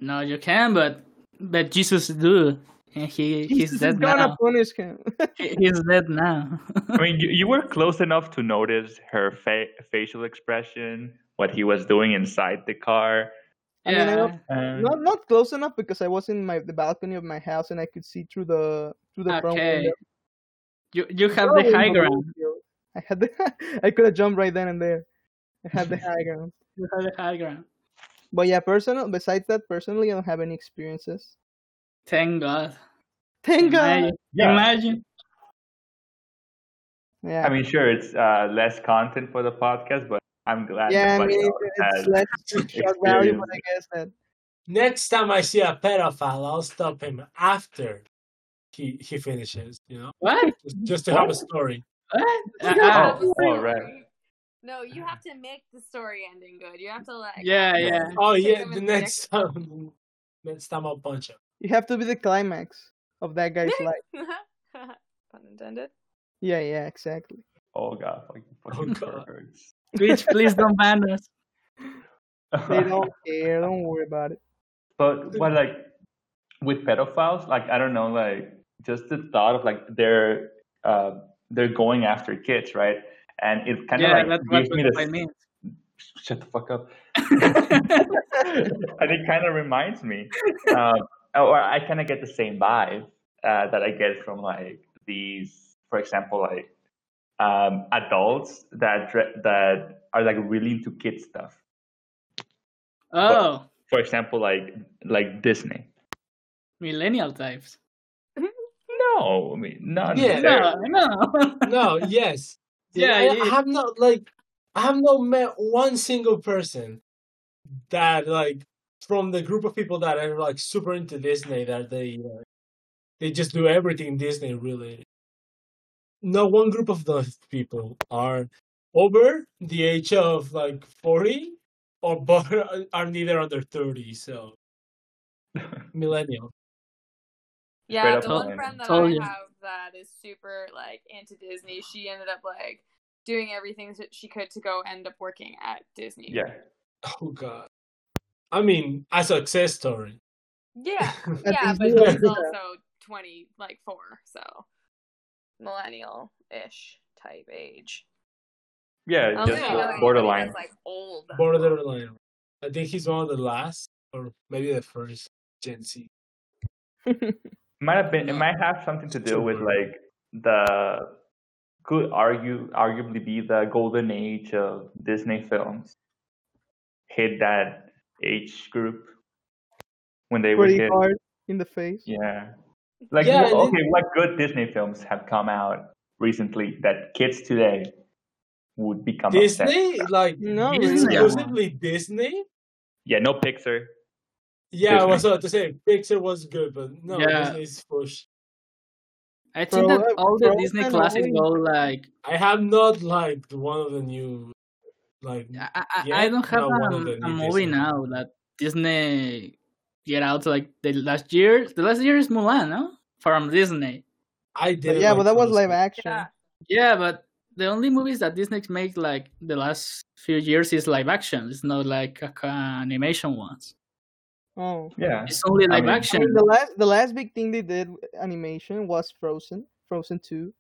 [SPEAKER 5] No, you can, but but Jesus do, and he he's
[SPEAKER 2] Jesus is
[SPEAKER 5] dead
[SPEAKER 2] gonna
[SPEAKER 5] now.
[SPEAKER 2] punish him.
[SPEAKER 5] He- He's dead now.
[SPEAKER 1] I mean, you, you were close enough to notice her fa- facial expression, what he was doing inside the car.
[SPEAKER 2] I mean, I don't-
[SPEAKER 1] Um,
[SPEAKER 2] not not close enough because I was in my the balcony of my house and I could see through the through the front
[SPEAKER 5] okay.
[SPEAKER 2] window.
[SPEAKER 5] You you have
[SPEAKER 2] Probably
[SPEAKER 5] the high
[SPEAKER 2] in the
[SPEAKER 5] ground.
[SPEAKER 2] windshield. I had the, I could have jumped right then and there. I had the high ground.
[SPEAKER 5] You have the high ground.
[SPEAKER 2] But yeah, personal. Besides that, personally, I don't have any experiences.
[SPEAKER 5] Thank God.
[SPEAKER 2] Thank God.
[SPEAKER 5] Imagine.
[SPEAKER 1] Yeah.
[SPEAKER 5] Imagine.
[SPEAKER 2] Yeah.
[SPEAKER 1] I mean, sure, it's uh, less content for the podcast, but I'm glad
[SPEAKER 2] yeah, I
[SPEAKER 1] nobody
[SPEAKER 2] mean,
[SPEAKER 1] else
[SPEAKER 2] it's, it's
[SPEAKER 1] has
[SPEAKER 2] less shock value, but I
[SPEAKER 1] experience.
[SPEAKER 2] guess that
[SPEAKER 3] Next time I see a pedophile, I'll stop him after he he finishes. You know,
[SPEAKER 5] What?
[SPEAKER 3] just, just to have a
[SPEAKER 5] Oh.
[SPEAKER 1] What?
[SPEAKER 3] story.
[SPEAKER 5] What?
[SPEAKER 4] You
[SPEAKER 5] Uh,
[SPEAKER 4] gotta
[SPEAKER 5] uh,
[SPEAKER 4] have a
[SPEAKER 1] Oh,
[SPEAKER 4] story.
[SPEAKER 1] oh, right.
[SPEAKER 4] No, you have to make the story ending good. You have to like
[SPEAKER 5] yeah,
[SPEAKER 1] Yeah.
[SPEAKER 5] yeah.
[SPEAKER 3] Oh
[SPEAKER 4] Kick
[SPEAKER 3] yeah,
[SPEAKER 4] him
[SPEAKER 3] the
[SPEAKER 4] in the
[SPEAKER 3] next time, next time I'll punch him.
[SPEAKER 2] you have to be the climax of that guy's life.
[SPEAKER 4] Pun intended.
[SPEAKER 2] Yeah, yeah, exactly.
[SPEAKER 1] Oh, God. Fucking,
[SPEAKER 3] Oh,
[SPEAKER 1] fucking
[SPEAKER 3] God.
[SPEAKER 1] perverts.
[SPEAKER 5] Twitch, please don't ban us.
[SPEAKER 2] They don't care. Don't worry about it.
[SPEAKER 1] But but like with pedophiles, like I don't know, like just the thought of like they're uh, they're going after kids, right? And it kind of
[SPEAKER 5] Yeah,
[SPEAKER 1] like
[SPEAKER 5] that's what
[SPEAKER 1] gives me
[SPEAKER 5] I
[SPEAKER 1] this
[SPEAKER 5] mean.
[SPEAKER 1] shut the fuck up. and it kind of reminds me, um, or I kind of get the same vibe uh, that I get from like these, for example, like um, adults that dre- that are like really into kid stuff.
[SPEAKER 5] Oh,
[SPEAKER 1] For example, like like Disney.
[SPEAKER 5] millennial types.
[SPEAKER 1] No, I mean not
[SPEAKER 3] Yeah.
[SPEAKER 5] No, no.
[SPEAKER 3] No, yes,
[SPEAKER 5] Yeah,
[SPEAKER 3] I, I
[SPEAKER 5] it-
[SPEAKER 3] have not like I have not met one single person that like from the group of people that are like super into Disney that they uh, they just do everything Disney related. No one group of those people are over the age of like forty or but are neither under thirty. So millennial.
[SPEAKER 4] Yeah,
[SPEAKER 1] Straight
[SPEAKER 4] the
[SPEAKER 1] up
[SPEAKER 4] one
[SPEAKER 1] line.
[SPEAKER 4] friend that
[SPEAKER 2] Oh,
[SPEAKER 5] Told
[SPEAKER 4] I
[SPEAKER 5] you.
[SPEAKER 4] have that is super like into Disney. She ended up like doing everything that she could to go end up working at Disney.
[SPEAKER 1] Yeah.
[SPEAKER 3] Oh God. I mean, a success story.
[SPEAKER 4] Yeah,
[SPEAKER 2] At
[SPEAKER 4] yeah, but
[SPEAKER 2] Disney,
[SPEAKER 4] she's
[SPEAKER 2] yeah.
[SPEAKER 4] also twenty, like four, so millennial-ish type age. I
[SPEAKER 1] Yeah,
[SPEAKER 4] don't
[SPEAKER 1] just
[SPEAKER 4] think I
[SPEAKER 3] Yeah.
[SPEAKER 4] know
[SPEAKER 1] uh,
[SPEAKER 4] anybody
[SPEAKER 1] borderline.
[SPEAKER 4] that's like old.
[SPEAKER 3] Borderline. I think he's one of the last, or maybe the first Gen Z.
[SPEAKER 1] Might have been. It might have something to do with like the could argue arguably be the golden age of Disney films. Hit that age group when they were
[SPEAKER 2] Pretty
[SPEAKER 1] hit.
[SPEAKER 2] hard in the face.
[SPEAKER 1] Yeah. Like
[SPEAKER 3] Yeah,
[SPEAKER 1] wha-
[SPEAKER 3] and it-
[SPEAKER 1] okay, what good Disney films have come out recently that kids today would become upset?
[SPEAKER 3] Disney,
[SPEAKER 1] about?
[SPEAKER 3] like
[SPEAKER 2] No, really.
[SPEAKER 3] exclusively Disney.
[SPEAKER 1] Yeah, no Pixar.
[SPEAKER 3] Yeah, I
[SPEAKER 1] Disney.
[SPEAKER 3] was about to say Pixar was good, but no,
[SPEAKER 5] Yeah.
[SPEAKER 3] Disney's push.
[SPEAKER 5] I think that
[SPEAKER 2] Bro,
[SPEAKER 5] all the
[SPEAKER 2] bro,
[SPEAKER 5] Disney
[SPEAKER 2] man,
[SPEAKER 5] classics
[SPEAKER 2] wait.
[SPEAKER 5] go like
[SPEAKER 3] I have not liked one of the new, like
[SPEAKER 5] I, I, I
[SPEAKER 3] Yeah,
[SPEAKER 5] don't have
[SPEAKER 3] not one of
[SPEAKER 5] um,
[SPEAKER 3] the
[SPEAKER 5] a
[SPEAKER 3] new
[SPEAKER 5] movie
[SPEAKER 3] Disney.
[SPEAKER 5] now that Disney get out like the last year. The last year is Mulan, no? From Disney.
[SPEAKER 3] I did.
[SPEAKER 2] But yeah, but that was live action.
[SPEAKER 4] Yeah.
[SPEAKER 5] Yeah, but the only movies that Disney make like the last few years is live action. It's not like a, ca- animation ones.
[SPEAKER 2] Oh.
[SPEAKER 1] Yeah.
[SPEAKER 5] It's only live
[SPEAKER 1] mean-
[SPEAKER 2] I
[SPEAKER 5] action.
[SPEAKER 2] mean, the last the last big thing they did with animation was Frozen, Frozen Two.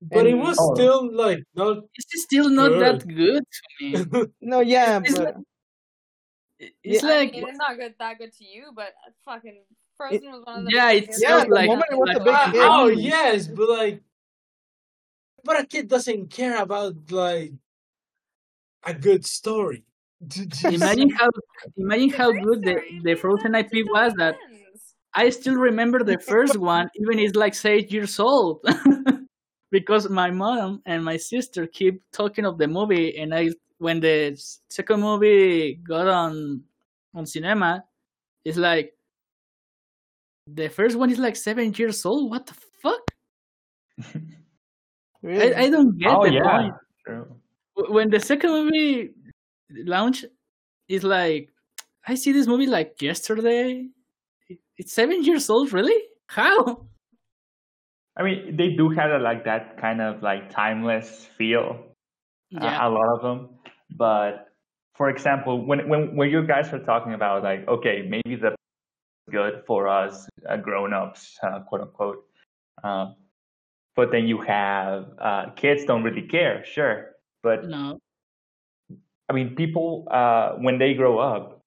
[SPEAKER 3] But it
[SPEAKER 2] and-
[SPEAKER 3] was
[SPEAKER 1] Oh.
[SPEAKER 3] still like not.
[SPEAKER 5] It's still not that good to me.
[SPEAKER 2] No, yeah,
[SPEAKER 5] It's
[SPEAKER 2] but
[SPEAKER 5] It- It's
[SPEAKER 4] I
[SPEAKER 5] like
[SPEAKER 4] mean, it's not good that good to you, but fucking Frozen was one of the
[SPEAKER 5] yeah,
[SPEAKER 4] biggest
[SPEAKER 5] it's
[SPEAKER 4] hits
[SPEAKER 2] yeah,
[SPEAKER 5] not
[SPEAKER 4] of
[SPEAKER 2] the
[SPEAKER 5] like,
[SPEAKER 2] moment it was
[SPEAKER 5] like
[SPEAKER 2] a big
[SPEAKER 3] Ah,
[SPEAKER 2] hit.
[SPEAKER 3] oh
[SPEAKER 2] Mm.
[SPEAKER 3] yes, but like, but a kid doesn't care about like a good story. Did you
[SPEAKER 5] imagine
[SPEAKER 3] see?
[SPEAKER 5] how imagine how
[SPEAKER 4] Great
[SPEAKER 5] good the,
[SPEAKER 4] story,
[SPEAKER 5] the
[SPEAKER 4] but
[SPEAKER 5] Frozen
[SPEAKER 4] that
[SPEAKER 5] IP was
[SPEAKER 4] doesn't
[SPEAKER 5] that
[SPEAKER 4] make sense.
[SPEAKER 5] I still remember the first one, even it's like eight years old, because my mom and my sister keep talking of the movie, and I when the s- second movie got on on cinema, it's like the first one is like seven years old. What the fuck?
[SPEAKER 2] Really?
[SPEAKER 5] I, I don't get
[SPEAKER 1] oh
[SPEAKER 5] the
[SPEAKER 1] yeah.
[SPEAKER 5] point.
[SPEAKER 1] True.
[SPEAKER 5] Wh- When the second movie launched, it's like I see this movie like yesterday. It- It's seven years old, really? How?
[SPEAKER 1] I mean, they do have a, like that kind of like timeless feel. a- a, lot of them. But for example, when when when you guys were talking about like, okay, maybe the good for us uh, grown-ups, uh, quote unquote. Um, but then you have uh, kids don't really care, sure. But
[SPEAKER 5] No.
[SPEAKER 1] I mean, people uh, when they grow up,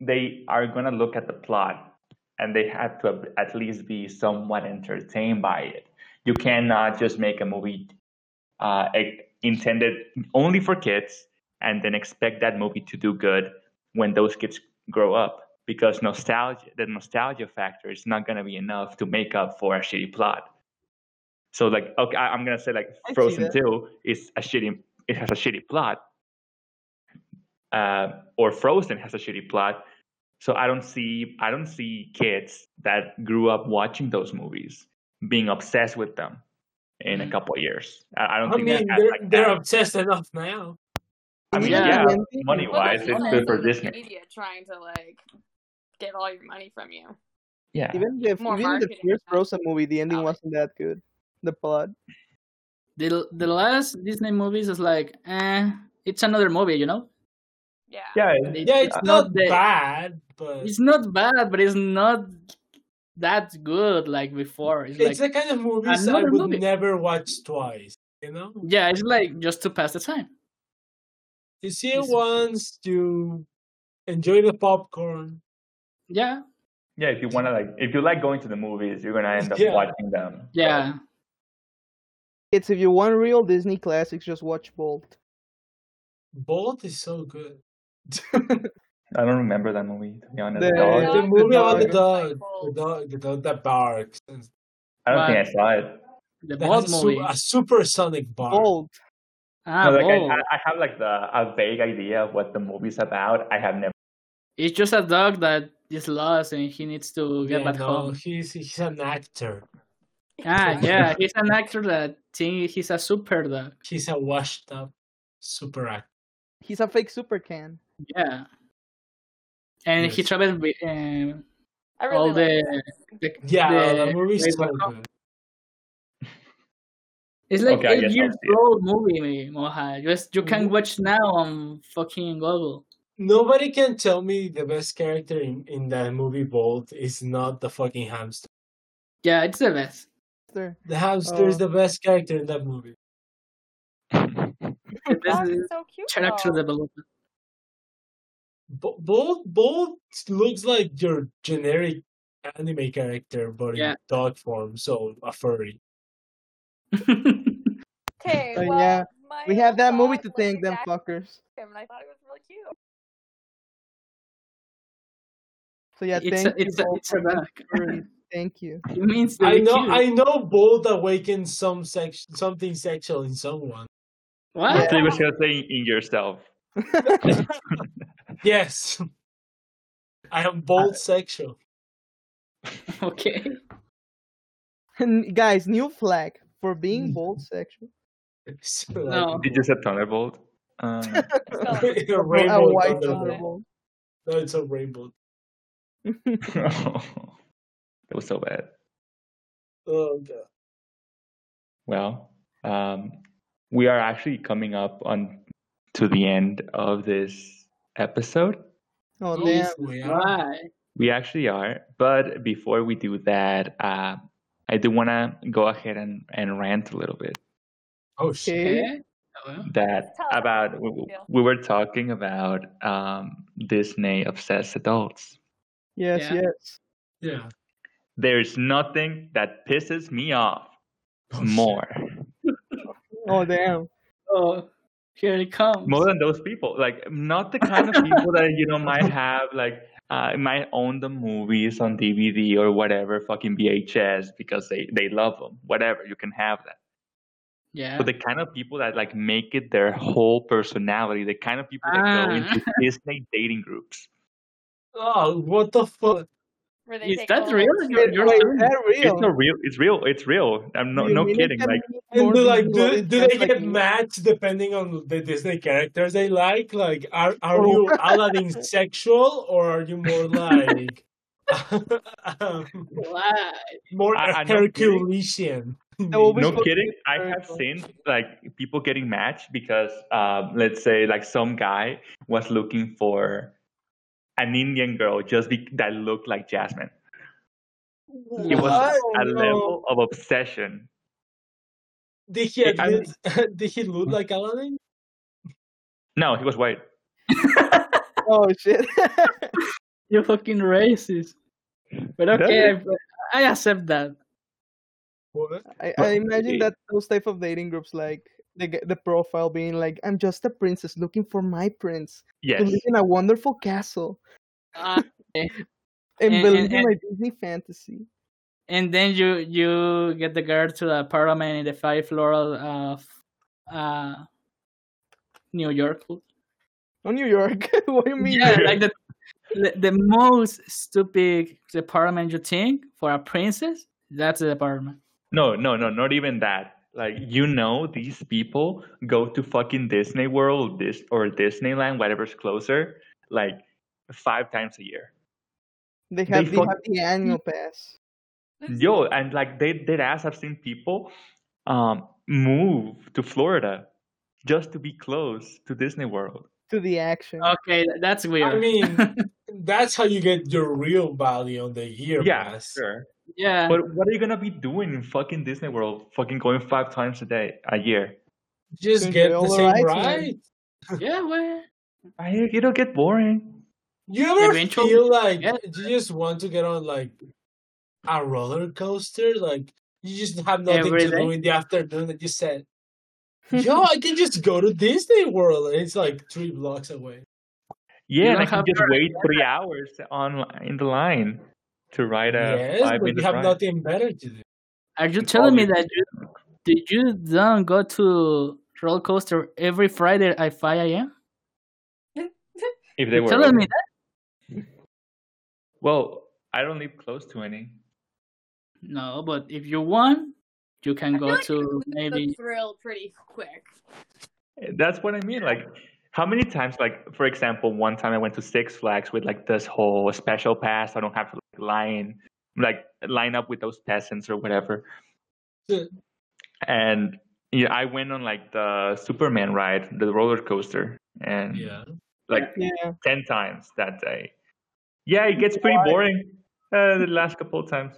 [SPEAKER 1] they are gonna look at the plot, and they have to at least be somewhat entertained by it. You cannot just make a movie uh, e- intended only for kids and then expect that movie to do good when those kids grow up because nostalgia the nostalgia factor is not going to be enough to make up for a shitty plot so like okay I, i'm going to say like
[SPEAKER 2] I see
[SPEAKER 1] frozen
[SPEAKER 2] that.
[SPEAKER 1] 2 is a shitty it has a shitty plot uh, or frozen has a shitty plot so i don't see i don't see kids that grew up watching those movies being obsessed with them in a
[SPEAKER 5] Mhm.
[SPEAKER 1] couple of years i, I don't
[SPEAKER 3] I
[SPEAKER 1] think
[SPEAKER 3] mean,
[SPEAKER 1] that,
[SPEAKER 3] they're
[SPEAKER 1] like,
[SPEAKER 3] they're
[SPEAKER 1] that-
[SPEAKER 3] obsessed enough now.
[SPEAKER 1] I mean,
[SPEAKER 2] Isn't
[SPEAKER 5] Yeah.
[SPEAKER 1] yeah,
[SPEAKER 2] that the ending?
[SPEAKER 1] money
[SPEAKER 4] Well,
[SPEAKER 1] wise,
[SPEAKER 4] that's
[SPEAKER 1] it's
[SPEAKER 4] all
[SPEAKER 1] good
[SPEAKER 4] it's
[SPEAKER 1] for
[SPEAKER 4] on the
[SPEAKER 1] Disney.
[SPEAKER 4] media trying to like get all your money from you.
[SPEAKER 1] Yeah.
[SPEAKER 2] Even the
[SPEAKER 4] More
[SPEAKER 2] even the
[SPEAKER 4] marketing.
[SPEAKER 2] first Frozen movie, the
[SPEAKER 5] Oh.
[SPEAKER 2] ending
[SPEAKER 4] Solid.
[SPEAKER 2] wasn't that good. The plot.
[SPEAKER 5] the the last Disney movies is like, eh, it's another movie, you know.
[SPEAKER 4] Yeah.
[SPEAKER 1] Yeah.
[SPEAKER 5] It's
[SPEAKER 3] Yeah, it's
[SPEAKER 5] not
[SPEAKER 3] not
[SPEAKER 5] the-
[SPEAKER 3] bad, but
[SPEAKER 5] It's not bad, but it's not that good like before. It's like,
[SPEAKER 3] it's the kind of movies I
[SPEAKER 5] another
[SPEAKER 3] would
[SPEAKER 5] movie.
[SPEAKER 3] never watch twice. You know,
[SPEAKER 5] yeah, it's like just to pass the time.
[SPEAKER 3] you see it
[SPEAKER 5] It's-
[SPEAKER 3] once, you enjoy the popcorn.
[SPEAKER 5] Yeah,
[SPEAKER 1] Yeah. If you want to, like, if you like going to the movies, you're going to end up
[SPEAKER 3] Yeah.
[SPEAKER 1] watching them.
[SPEAKER 5] yeah.
[SPEAKER 2] It's if you want real Disney classics, just watch Bolt.
[SPEAKER 3] Bolt is so good.
[SPEAKER 1] I don't remember that movie, to be honest.
[SPEAKER 2] The-
[SPEAKER 1] Dog.
[SPEAKER 3] the
[SPEAKER 4] Dog,
[SPEAKER 3] movie about the
[SPEAKER 2] dog.
[SPEAKER 3] dog, the
[SPEAKER 4] Like
[SPEAKER 3] dog, the dog that barks. and
[SPEAKER 1] I don't think
[SPEAKER 5] But
[SPEAKER 1] I saw it.
[SPEAKER 5] the
[SPEAKER 3] That has
[SPEAKER 5] Bolt
[SPEAKER 3] a, su-
[SPEAKER 5] movie,
[SPEAKER 3] a supersonic bark.
[SPEAKER 2] Bolt.
[SPEAKER 5] ah,
[SPEAKER 1] No, like, I,
[SPEAKER 5] Bolt.
[SPEAKER 1] I I have, like, the a vague idea of what the movie's about. I have never.
[SPEAKER 5] It's just a dog that is lost and he needs to get
[SPEAKER 3] yeah,
[SPEAKER 5] back
[SPEAKER 3] no,
[SPEAKER 5] home.
[SPEAKER 3] he's he's an actor.
[SPEAKER 5] Ah,
[SPEAKER 4] Sorry.
[SPEAKER 5] yeah, he's an actor that think he's a super dog.
[SPEAKER 3] He's a washed up super actor.
[SPEAKER 2] He's a fake super can.
[SPEAKER 5] Yeah, and he
[SPEAKER 3] Yes.
[SPEAKER 5] travels with, um,
[SPEAKER 4] I really
[SPEAKER 5] all
[SPEAKER 4] like
[SPEAKER 5] the,
[SPEAKER 4] that.
[SPEAKER 5] the
[SPEAKER 3] Yeah, the
[SPEAKER 5] the
[SPEAKER 3] movie's
[SPEAKER 5] ways back
[SPEAKER 3] so
[SPEAKER 5] home.
[SPEAKER 3] good.
[SPEAKER 5] It's like
[SPEAKER 1] Okay, I
[SPEAKER 5] eight
[SPEAKER 1] guess I'll
[SPEAKER 5] years
[SPEAKER 1] see it.
[SPEAKER 5] old movie, Moha. Just you can
[SPEAKER 2] Mm-hmm.
[SPEAKER 3] Mhm.
[SPEAKER 5] watch now on fucking Google.
[SPEAKER 3] Nobody can tell me the best character in, in that movie Bolt is not the fucking hamster.
[SPEAKER 5] Yeah, it's the best.
[SPEAKER 2] There.
[SPEAKER 3] The hamster is
[SPEAKER 2] Oh.
[SPEAKER 3] the best character in that movie.
[SPEAKER 5] The
[SPEAKER 4] The
[SPEAKER 5] best
[SPEAKER 4] dog is so
[SPEAKER 2] Oh.
[SPEAKER 4] cute
[SPEAKER 5] character
[SPEAKER 4] though.
[SPEAKER 5] development.
[SPEAKER 3] Bo- Bolt Bolt looks like your generic anime character, but
[SPEAKER 5] Yeah.
[SPEAKER 3] in dog form, so a furry.
[SPEAKER 4] Okay,
[SPEAKER 2] But
[SPEAKER 4] well,
[SPEAKER 2] yeah,
[SPEAKER 4] my
[SPEAKER 2] We have
[SPEAKER 4] old
[SPEAKER 2] that movie
[SPEAKER 4] dog
[SPEAKER 2] to
[SPEAKER 4] looked
[SPEAKER 2] thank them
[SPEAKER 4] exactly
[SPEAKER 2] fuckers.
[SPEAKER 4] like him, and I thought it was really cute.
[SPEAKER 2] So yeah,
[SPEAKER 5] it's a,
[SPEAKER 2] thank you
[SPEAKER 5] it's a,
[SPEAKER 2] Bolt
[SPEAKER 5] it's
[SPEAKER 2] for
[SPEAKER 5] a dog.
[SPEAKER 2] mentoring. Thank you.
[SPEAKER 5] It means
[SPEAKER 3] I
[SPEAKER 5] they're
[SPEAKER 3] know
[SPEAKER 5] cute.
[SPEAKER 3] I know Bolt awakens some sex something sexual in someone.
[SPEAKER 1] I
[SPEAKER 5] What?
[SPEAKER 1] thought you were saying in yourself.
[SPEAKER 3] yes. I am bold sexual.
[SPEAKER 5] Okay.
[SPEAKER 2] And guys, new flag for being bold sexual.
[SPEAKER 3] So,
[SPEAKER 5] No.
[SPEAKER 1] Did you say Thunderbolt? Um,
[SPEAKER 3] like,
[SPEAKER 4] Spell it.
[SPEAKER 3] a
[SPEAKER 2] Oh, a
[SPEAKER 3] rainbow.
[SPEAKER 2] white
[SPEAKER 3] thunderbolt.
[SPEAKER 2] thunderbolt.
[SPEAKER 3] No, it's a rainbow.
[SPEAKER 1] that was so bad.
[SPEAKER 3] Oh god.
[SPEAKER 1] Well, um, we are actually coming up on to the end of this episode.
[SPEAKER 2] Oh damn!
[SPEAKER 3] Yes, we are.
[SPEAKER 5] Why?
[SPEAKER 1] We actually are. But before we do that, uh, I do want to go ahead and, and rant a little bit.
[SPEAKER 3] Oh shit.
[SPEAKER 2] Okay.
[SPEAKER 5] Okay. Oh, well.
[SPEAKER 1] That
[SPEAKER 4] Tell us.
[SPEAKER 1] about w- w-
[SPEAKER 4] Yeah.
[SPEAKER 1] we were talking about um, Disney obsessed adults.
[SPEAKER 2] Yes,
[SPEAKER 5] Yeah.
[SPEAKER 2] yes.
[SPEAKER 3] Yeah.
[SPEAKER 1] There's nothing that pisses me off
[SPEAKER 3] Oh, shit.
[SPEAKER 1] more,
[SPEAKER 2] Oh damn!
[SPEAKER 5] Oh, here it comes.
[SPEAKER 1] more than those people. Like not the kind of people that you know might have like uh, might own the movies on DVD or whatever, fucking VHS because they they love them. Whatever, you can have that.
[SPEAKER 5] Yeah.
[SPEAKER 1] but the kind of people that like make it their whole personality, the kind of people that go
[SPEAKER 5] Ah.
[SPEAKER 1] into Disney dating groups.
[SPEAKER 2] Ah,
[SPEAKER 3] Oh, what the fuck?
[SPEAKER 4] Where they
[SPEAKER 5] Is
[SPEAKER 4] take
[SPEAKER 5] that
[SPEAKER 4] all
[SPEAKER 5] real?
[SPEAKER 4] the-
[SPEAKER 5] You're,
[SPEAKER 2] Wait,
[SPEAKER 5] you're
[SPEAKER 2] wait,
[SPEAKER 5] serious?
[SPEAKER 2] that real?
[SPEAKER 1] It's not real. It's real. It's real. I'm no
[SPEAKER 2] You
[SPEAKER 1] no
[SPEAKER 2] mean it
[SPEAKER 1] kidding.
[SPEAKER 2] can
[SPEAKER 1] Like
[SPEAKER 2] be
[SPEAKER 3] And
[SPEAKER 2] more
[SPEAKER 3] do
[SPEAKER 2] than
[SPEAKER 3] like
[SPEAKER 2] you or
[SPEAKER 3] do,
[SPEAKER 2] it's
[SPEAKER 3] do
[SPEAKER 2] just
[SPEAKER 3] they
[SPEAKER 2] like
[SPEAKER 3] get
[SPEAKER 2] me?
[SPEAKER 3] matched depending on the Disney characters they like? Like are are
[SPEAKER 2] Oh.
[SPEAKER 3] you Aladdin sexual or are you more like um,
[SPEAKER 5] Why?
[SPEAKER 3] more
[SPEAKER 1] I- I'm not kidding.
[SPEAKER 3] Herculesian?
[SPEAKER 2] I will be
[SPEAKER 1] no
[SPEAKER 2] supposed to
[SPEAKER 1] kidding.
[SPEAKER 2] be
[SPEAKER 1] I
[SPEAKER 2] very
[SPEAKER 1] have
[SPEAKER 2] cool.
[SPEAKER 1] seen like people getting matched because um, let's say like some guy was looking for an Indian girl just be- that looked like Jasmine. It was
[SPEAKER 3] What?
[SPEAKER 2] What?
[SPEAKER 1] a
[SPEAKER 2] Oh, no.
[SPEAKER 1] level of obsession.
[SPEAKER 3] Did he
[SPEAKER 1] I-
[SPEAKER 3] admit? did he look like Aladdin?
[SPEAKER 1] No, he was white.
[SPEAKER 2] Oh shit!
[SPEAKER 5] You're fucking racist. But okay, I, I accept that.
[SPEAKER 3] What?
[SPEAKER 2] I, I
[SPEAKER 1] Well,
[SPEAKER 2] imagine
[SPEAKER 1] it-
[SPEAKER 2] that those type of dating groups, like the g- the profile being like, "I'm just a princess looking for my prince
[SPEAKER 1] Yes.
[SPEAKER 2] to live in a wonderful castle
[SPEAKER 5] Uh,
[SPEAKER 2] and,
[SPEAKER 5] And-
[SPEAKER 2] believe
[SPEAKER 5] and-
[SPEAKER 2] in my Disney fantasy."
[SPEAKER 5] and then you you get the girl to the apartment in the five floral of uh, New York.
[SPEAKER 2] Oh, New York! what do you mean?
[SPEAKER 5] Yeah, like the, the the most stupid apartment you think for a princess. That's the apartment.
[SPEAKER 1] No, no, no, not even that. Like you know, these people go to fucking Disney World, this or Disneyland, whatever's closer, like five times a year.
[SPEAKER 2] They have
[SPEAKER 1] they
[SPEAKER 2] they
[SPEAKER 1] fuck-
[SPEAKER 2] have the annual pass.
[SPEAKER 1] Yo, and like they did ass. I've seen people um move to Florida just to be close to Disney World.
[SPEAKER 2] to the action.
[SPEAKER 5] Okay, that's weird.
[SPEAKER 3] I mean, that's how you get your real value on the year
[SPEAKER 1] yeah,
[SPEAKER 3] pass.
[SPEAKER 1] sure.
[SPEAKER 5] yeah,
[SPEAKER 1] But what are you gonna be doing in fucking Disney World? Fucking going five times a day, a year.
[SPEAKER 3] Just
[SPEAKER 2] To enjoy
[SPEAKER 3] get the
[SPEAKER 2] all the
[SPEAKER 3] same
[SPEAKER 2] rides, man.
[SPEAKER 3] ride.
[SPEAKER 5] yeah, well,
[SPEAKER 1] I, it'll get boring.
[SPEAKER 3] You ever
[SPEAKER 5] Eventually,
[SPEAKER 3] feel like
[SPEAKER 5] yeah.
[SPEAKER 3] you just want to get on like a roller coaster? Like you just have nothing
[SPEAKER 5] every
[SPEAKER 3] to
[SPEAKER 5] day.
[SPEAKER 3] do in the afternoon, and you said, "Yo, I can just go to Disney World." And it's like three blocks away.
[SPEAKER 1] Yeah, and
[SPEAKER 5] don't
[SPEAKER 1] I can
[SPEAKER 5] have
[SPEAKER 1] just
[SPEAKER 5] your-
[SPEAKER 1] wait three hours on in the line to ride a
[SPEAKER 3] yes,
[SPEAKER 1] five
[SPEAKER 3] but you
[SPEAKER 1] minute
[SPEAKER 3] have
[SPEAKER 1] ride.
[SPEAKER 3] nothing better to do.
[SPEAKER 5] Are you
[SPEAKER 1] It's
[SPEAKER 5] telling me
[SPEAKER 1] always-
[SPEAKER 5] that you did you don't go to roller coaster every Friday at five a.m.?
[SPEAKER 1] if they
[SPEAKER 5] You're
[SPEAKER 1] were
[SPEAKER 5] telling
[SPEAKER 1] open.
[SPEAKER 5] me that?
[SPEAKER 1] Well, I don't live close to any.
[SPEAKER 5] No, but if you want, you can
[SPEAKER 4] I feel
[SPEAKER 5] go
[SPEAKER 4] like you
[SPEAKER 5] to
[SPEAKER 4] lose the
[SPEAKER 5] maybe.
[SPEAKER 4] thrill pretty quick.
[SPEAKER 1] That's what I mean. Like, how many times? Like, for example, one time I went to Six Flags with like this whole special pass. I don't have to like, line, like line up with those peasants or whatever.
[SPEAKER 3] Yeah.
[SPEAKER 1] And yeah, I went on like the Superman ride, the roller coaster, and
[SPEAKER 3] Yeah.
[SPEAKER 1] like
[SPEAKER 2] Yeah,
[SPEAKER 1] 10 times that day. Yeah, it gets pretty boring uh, the last couple of times.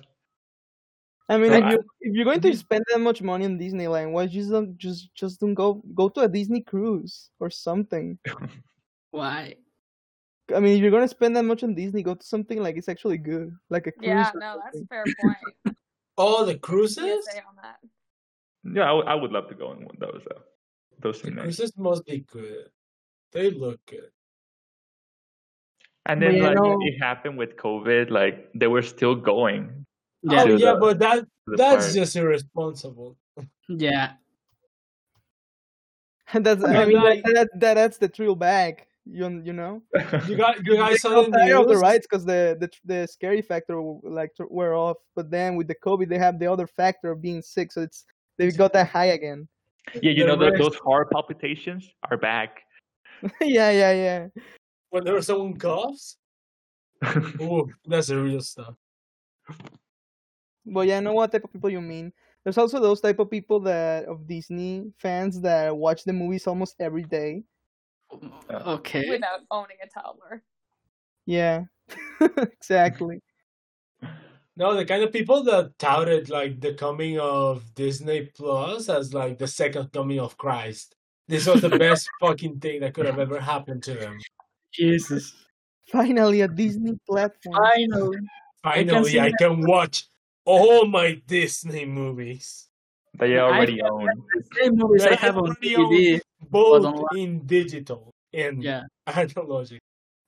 [SPEAKER 2] I mean,
[SPEAKER 1] So
[SPEAKER 2] if
[SPEAKER 1] I-
[SPEAKER 2] you if you're going to spend that much money on Disneyland, why just don't just just don't go go to a Disney cruise or something?
[SPEAKER 5] Why?
[SPEAKER 2] I mean, if you're gonna spend that much on Disney, go to something like it's actually good, like a cruise.
[SPEAKER 4] Yeah,
[SPEAKER 2] or
[SPEAKER 4] no, that's a
[SPEAKER 2] something.
[SPEAKER 4] fair point.
[SPEAKER 3] All the
[SPEAKER 4] PSA
[SPEAKER 3] cruises.
[SPEAKER 4] on that.
[SPEAKER 1] Yeah, I would- I would love to go on one of those, though. Those
[SPEAKER 3] The
[SPEAKER 1] seem nice.
[SPEAKER 3] cruises must be good. They look good.
[SPEAKER 1] And
[SPEAKER 2] But
[SPEAKER 1] then,
[SPEAKER 2] you
[SPEAKER 1] like,
[SPEAKER 2] know-
[SPEAKER 1] it happened with COVID, like, they were still going.
[SPEAKER 5] Yeah,
[SPEAKER 3] Oh
[SPEAKER 1] To
[SPEAKER 3] yeah,
[SPEAKER 1] the-
[SPEAKER 3] but that
[SPEAKER 1] to the
[SPEAKER 3] that's
[SPEAKER 1] park.
[SPEAKER 3] just irresponsible.
[SPEAKER 5] yeah.
[SPEAKER 2] That's I
[SPEAKER 3] But
[SPEAKER 2] mean,
[SPEAKER 3] like-
[SPEAKER 2] that, that that adds the thrill back. You you know.
[SPEAKER 3] You got you guys saw in the
[SPEAKER 2] They of the
[SPEAKER 3] news?
[SPEAKER 2] rights because the, the the scary factor w- like t- were off, but then with the COVID they have the other factor of being sick, so it's they got that high again.
[SPEAKER 1] Yeah, you
[SPEAKER 3] The
[SPEAKER 1] know tho-
[SPEAKER 3] rest-
[SPEAKER 1] those heart palpitations are back.
[SPEAKER 2] yeah, yeah, yeah.
[SPEAKER 3] Whenever someone coughs, ooh, that's the real stuff.
[SPEAKER 2] But yeah, I know what type of people you mean. There's also those type of people that of Disney fans that watch the movies almost every day.
[SPEAKER 5] Okay.
[SPEAKER 4] without owning a toddler.
[SPEAKER 2] Yeah, exactly.
[SPEAKER 3] No, the kind of people that touted like the coming of Disney Plus as like the second coming of Christ. This was the best fucking thing that could have ever happened to them.
[SPEAKER 5] Jesus.
[SPEAKER 2] Finally, a Disney platform.
[SPEAKER 3] Ah,
[SPEAKER 5] Finally. can
[SPEAKER 3] Finally,
[SPEAKER 5] see
[SPEAKER 3] I
[SPEAKER 5] that.
[SPEAKER 3] can watch all my Disney movies.
[SPEAKER 1] They
[SPEAKER 5] I
[SPEAKER 1] already
[SPEAKER 5] feel
[SPEAKER 1] own.
[SPEAKER 5] Same movies I
[SPEAKER 3] Right,
[SPEAKER 5] have on
[SPEAKER 3] pretty old.
[SPEAKER 5] DVD.
[SPEAKER 3] both
[SPEAKER 5] online.
[SPEAKER 3] in digital and
[SPEAKER 5] Yeah.
[SPEAKER 3] analogic.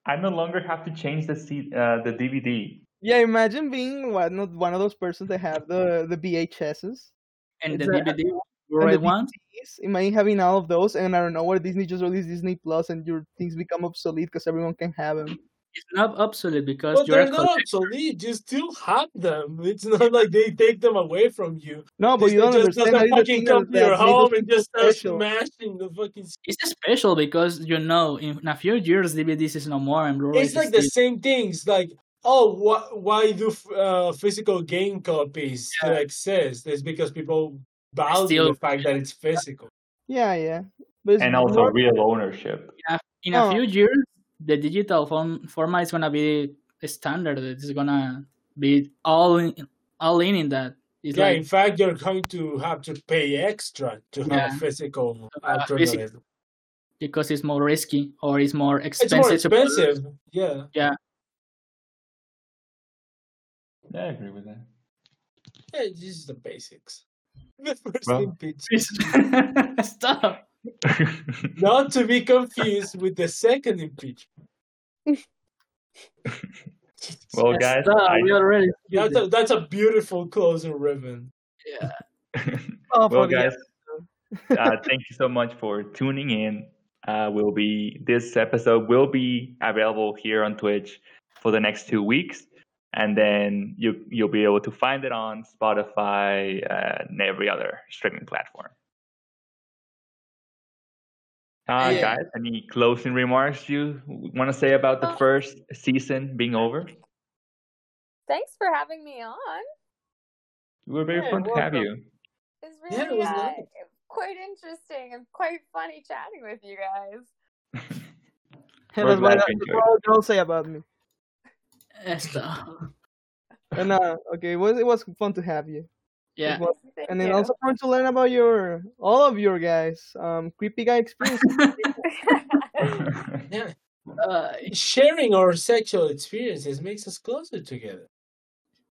[SPEAKER 1] I no longer have to change the C- uh, the DVD.
[SPEAKER 2] Yeah, imagine being one of, one of those persons that have the the VHSs.
[SPEAKER 5] And
[SPEAKER 2] It's
[SPEAKER 5] the
[SPEAKER 2] a-
[SPEAKER 5] DVD red
[SPEAKER 2] the
[SPEAKER 5] one.
[SPEAKER 2] DVDs. Imagine having all of those, and I don't know where Disney just released Disney Plus, and your things become obsolete because everyone can have them.
[SPEAKER 5] It's not obsolete because
[SPEAKER 3] But
[SPEAKER 5] you're
[SPEAKER 3] they're
[SPEAKER 5] a
[SPEAKER 3] not
[SPEAKER 5] collector.
[SPEAKER 3] obsolete. You still have them. It's not like they take them away from you.
[SPEAKER 2] No, but
[SPEAKER 3] Disney
[SPEAKER 2] you don't
[SPEAKER 3] just
[SPEAKER 2] understand.
[SPEAKER 3] doesn't
[SPEAKER 2] That is the
[SPEAKER 3] fucking
[SPEAKER 2] thing
[SPEAKER 3] come to
[SPEAKER 2] that
[SPEAKER 3] your
[SPEAKER 2] made us
[SPEAKER 3] home and just start
[SPEAKER 2] special.
[SPEAKER 3] smashing the fucking. s-
[SPEAKER 5] It's special because you know in a few years DVDs is no more and Blu-ray
[SPEAKER 3] It's
[SPEAKER 5] is
[SPEAKER 3] like the
[SPEAKER 5] still-
[SPEAKER 3] same things. Like, oh, wh- why do f- uh, physical game copies still exist? It's because people value
[SPEAKER 5] Still-
[SPEAKER 3] the fact that it's physical.
[SPEAKER 2] Yeah, yeah. But it's
[SPEAKER 1] And also
[SPEAKER 2] more-
[SPEAKER 1] real ownership.
[SPEAKER 5] in a, in a
[SPEAKER 2] Oh.
[SPEAKER 5] few years the digital form, format is gonna be standard. It's gonna be all in, all in in that. It's
[SPEAKER 3] yeah, in
[SPEAKER 5] like
[SPEAKER 3] fact, you're going to have to pay extra to have a
[SPEAKER 5] Yeah.
[SPEAKER 3] physical
[SPEAKER 5] Uh, physical.
[SPEAKER 3] alternative.
[SPEAKER 5] because it's more risky or it's more
[SPEAKER 3] It's
[SPEAKER 5] expensive.
[SPEAKER 3] more
[SPEAKER 5] to produce.
[SPEAKER 3] expensive. Yeah.
[SPEAKER 1] Yeah, I agree with that.
[SPEAKER 3] Yeah, it's just the basics. The first
[SPEAKER 1] Well-
[SPEAKER 3] thing pitch.
[SPEAKER 5] Stop.
[SPEAKER 3] Not to be confused with the second impeachment.
[SPEAKER 1] well, guys,
[SPEAKER 5] Stop.
[SPEAKER 1] I,
[SPEAKER 5] we already.
[SPEAKER 3] That's a, that's a beautiful closing ribbon.
[SPEAKER 5] Yeah.
[SPEAKER 2] Oh,
[SPEAKER 1] well,
[SPEAKER 2] for the-
[SPEAKER 1] guys, uh, thank you so much for tuning in. Uh, will be this episode will be available here on Twitch for the next two weeks, and then you you'll be able to find it on Spotify uh, and every other streaming platform. Uh,
[SPEAKER 5] Yeah.
[SPEAKER 1] Guys, any closing remarks you want to say about
[SPEAKER 5] Uh,
[SPEAKER 1] the first season being over?
[SPEAKER 4] Thanks for having me on.
[SPEAKER 1] We were very
[SPEAKER 3] Yeah,
[SPEAKER 1] fun to have
[SPEAKER 3] welcome.
[SPEAKER 1] you.
[SPEAKER 4] It's really
[SPEAKER 3] Yeah, it was
[SPEAKER 4] uh,
[SPEAKER 3] nice.
[SPEAKER 4] quite interesting and quite funny chatting with you guys.
[SPEAKER 2] Hey,
[SPEAKER 1] We're glad
[SPEAKER 2] that's what,
[SPEAKER 1] you
[SPEAKER 2] that's
[SPEAKER 1] enjoyed
[SPEAKER 2] what all girls say about me.
[SPEAKER 5] Stop.
[SPEAKER 2] And uh, okay, it was, it was fun to have you. It
[SPEAKER 5] Yeah.
[SPEAKER 2] was-
[SPEAKER 4] Thank
[SPEAKER 2] and then
[SPEAKER 4] you.
[SPEAKER 2] also fun to learn about your all of your guys um creepy guy experience.
[SPEAKER 3] Yeah.
[SPEAKER 5] Uh,
[SPEAKER 3] Sharing our sexual experiences makes us closer together.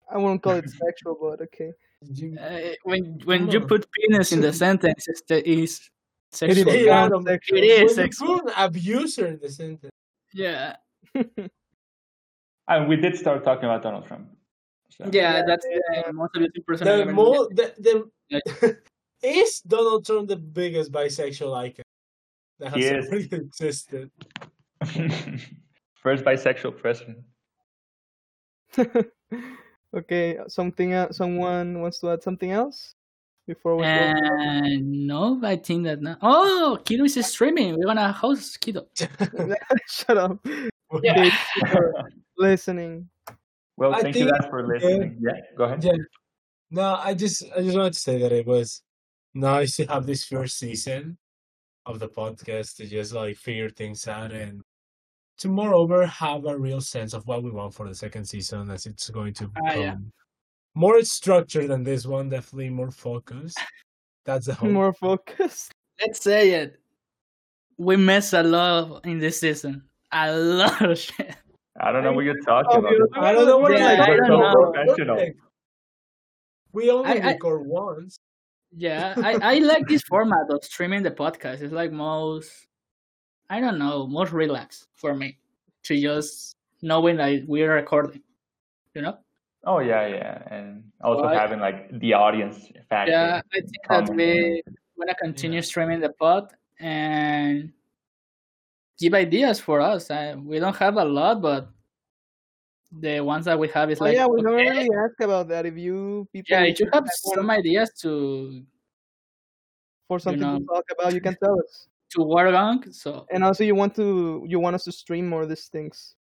[SPEAKER 2] I wouldn't call it sexual, but okay.
[SPEAKER 3] You-
[SPEAKER 5] uh, when when you
[SPEAKER 3] No.
[SPEAKER 5] put penis in the sentence, it's, the- it's sexual.
[SPEAKER 3] Hey,
[SPEAKER 2] Not
[SPEAKER 3] Adam,
[SPEAKER 2] sexual.
[SPEAKER 5] It is
[SPEAKER 3] When you
[SPEAKER 5] sexual.
[SPEAKER 3] put an abuser in the sentence,
[SPEAKER 5] Yeah.
[SPEAKER 1] And we did start talking about Donald Trump. So.
[SPEAKER 5] Yeah, that's the most abusive person I've
[SPEAKER 3] the
[SPEAKER 5] ever
[SPEAKER 3] more the,
[SPEAKER 5] Yeah.
[SPEAKER 3] the is Donald Trump the biggest bisexual icon that has
[SPEAKER 1] He is.
[SPEAKER 3] ever existed?
[SPEAKER 1] First bisexual president.
[SPEAKER 2] okay, something else. Someone wants to add something else before we. close?
[SPEAKER 5] And no, I think that not. Oh, Kido is streaming. We're gonna host Kido.
[SPEAKER 2] Shut up.
[SPEAKER 5] Yeah.
[SPEAKER 2] Thank you for listening.
[SPEAKER 1] well,
[SPEAKER 3] I
[SPEAKER 1] thank you
[SPEAKER 3] think-
[SPEAKER 1] guys for listening. Yeah, go ahead.
[SPEAKER 3] Yeah. No, I just I just wanted to say that it was nice to have this first season of the podcast to just like figure things out and to moreover have a real sense of what we want for the second season as it's going to become
[SPEAKER 5] Ah, yeah.
[SPEAKER 3] more structured than this one, definitely more focused. That's the hope.
[SPEAKER 2] More focused.
[SPEAKER 5] Let's say it. We messed a lot in this season. A lot of shit.
[SPEAKER 1] I don't know what you're talking
[SPEAKER 2] Oh,
[SPEAKER 1] about.
[SPEAKER 2] you-
[SPEAKER 3] I don't know what
[SPEAKER 5] Yeah,
[SPEAKER 3] like
[SPEAKER 5] I
[SPEAKER 1] We're
[SPEAKER 5] don't
[SPEAKER 1] so
[SPEAKER 5] know.
[SPEAKER 1] professional.
[SPEAKER 3] We only
[SPEAKER 5] I- I-
[SPEAKER 3] record once.
[SPEAKER 5] Yeah, I, I like this format of streaming the podcast. It's like most, I don't know, most relaxed for me to just knowing that we're recording. You know?
[SPEAKER 1] Oh yeah, yeah, and also
[SPEAKER 5] Well, I-
[SPEAKER 1] having like the audience factor.
[SPEAKER 5] Yeah, I think that
[SPEAKER 1] Comment.
[SPEAKER 5] we want to continue streaming the pod and give ideas for us. Uh, we don't have a lot, but the ones that we have is
[SPEAKER 2] Oh
[SPEAKER 5] like
[SPEAKER 2] yeah, we don't
[SPEAKER 5] okay.
[SPEAKER 2] really ask about that. If you people
[SPEAKER 5] yeah. If you have
[SPEAKER 2] want
[SPEAKER 5] some ideas to
[SPEAKER 2] for something
[SPEAKER 5] know.
[SPEAKER 2] to talk about, you can tell us.
[SPEAKER 5] to work on, so
[SPEAKER 2] And also, you want to you want us to stream more of these things.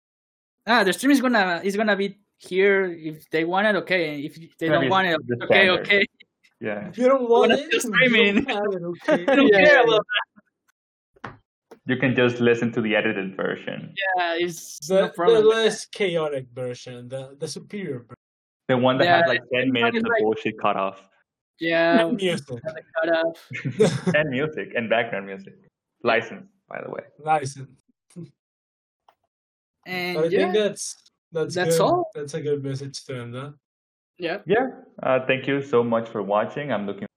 [SPEAKER 5] ah, the stream is gonna is gonna be here if they want it. Okay, if they
[SPEAKER 1] Gonna
[SPEAKER 5] don't
[SPEAKER 1] be
[SPEAKER 5] want it,
[SPEAKER 1] the
[SPEAKER 5] okay,
[SPEAKER 1] standard.
[SPEAKER 5] okay.
[SPEAKER 1] Yeah.
[SPEAKER 3] If you don't want
[SPEAKER 5] Wanna
[SPEAKER 3] it,
[SPEAKER 5] just
[SPEAKER 3] you
[SPEAKER 5] screaming.
[SPEAKER 3] don't have it, okay?
[SPEAKER 5] I don't
[SPEAKER 2] Yeah,
[SPEAKER 5] care
[SPEAKER 2] yeah,
[SPEAKER 5] about
[SPEAKER 1] You can just listen to the edited version,
[SPEAKER 5] that. It's
[SPEAKER 3] The,
[SPEAKER 5] no
[SPEAKER 3] the
[SPEAKER 5] problem.
[SPEAKER 3] less chaotic version, the, the superior version.
[SPEAKER 1] the one that
[SPEAKER 5] Yeah,
[SPEAKER 1] has like ten minutes
[SPEAKER 5] it's
[SPEAKER 1] of
[SPEAKER 5] like-
[SPEAKER 1] bullshit cut off,
[SPEAKER 5] Yeah,
[SPEAKER 3] Music.
[SPEAKER 5] we cut up.
[SPEAKER 1] and music and background music, licensed by the way.
[SPEAKER 3] License.
[SPEAKER 5] and
[SPEAKER 3] But I
[SPEAKER 5] yeah,
[SPEAKER 3] think that's that's
[SPEAKER 5] That's
[SPEAKER 3] good.
[SPEAKER 5] all.
[SPEAKER 3] That's a good message to end on.
[SPEAKER 5] yeah.
[SPEAKER 1] Yeah. Uh, thank you so much for watching. I'm looking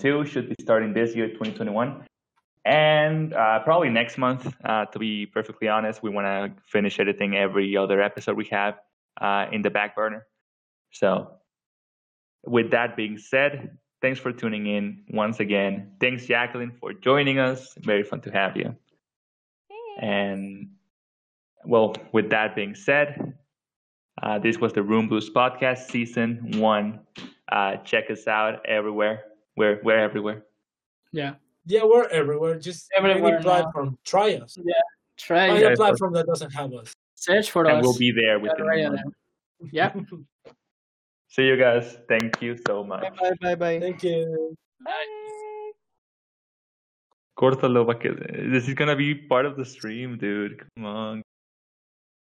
[SPEAKER 1] to should be starting this year, 2021, and uh, probably next month. Uh, to be perfectly honest, we want to finish editing every other episode we have uh, in the back burner. So, with that being said, thanks for tuning in once again. Thanks, Jacqueline, for joining us. Very fun to have you. And well, with that being said, uh, this was the Room Blues podcast, season one. Uh, check us out everywhere. We're we're everywhere.
[SPEAKER 3] Yeah, we're everywhere. Just
[SPEAKER 5] Everywhere
[SPEAKER 3] any
[SPEAKER 5] now.
[SPEAKER 3] platform. Try us.
[SPEAKER 5] Try
[SPEAKER 1] Yeah,
[SPEAKER 3] Find
[SPEAKER 5] it.
[SPEAKER 1] of
[SPEAKER 3] a
[SPEAKER 1] course.
[SPEAKER 3] platform that doesn't have us.
[SPEAKER 5] search for
[SPEAKER 1] and
[SPEAKER 5] us.
[SPEAKER 1] we'll be there
[SPEAKER 5] Got
[SPEAKER 1] within
[SPEAKER 5] right
[SPEAKER 1] a
[SPEAKER 5] on
[SPEAKER 1] month.
[SPEAKER 5] it. Yeah.
[SPEAKER 1] See you guys. Thank you so much.
[SPEAKER 2] Bye bye bye bye.
[SPEAKER 3] Thank you.
[SPEAKER 4] Bye.
[SPEAKER 1] Cortalo, va que- this is gonna be part of the stream, dude. Come on.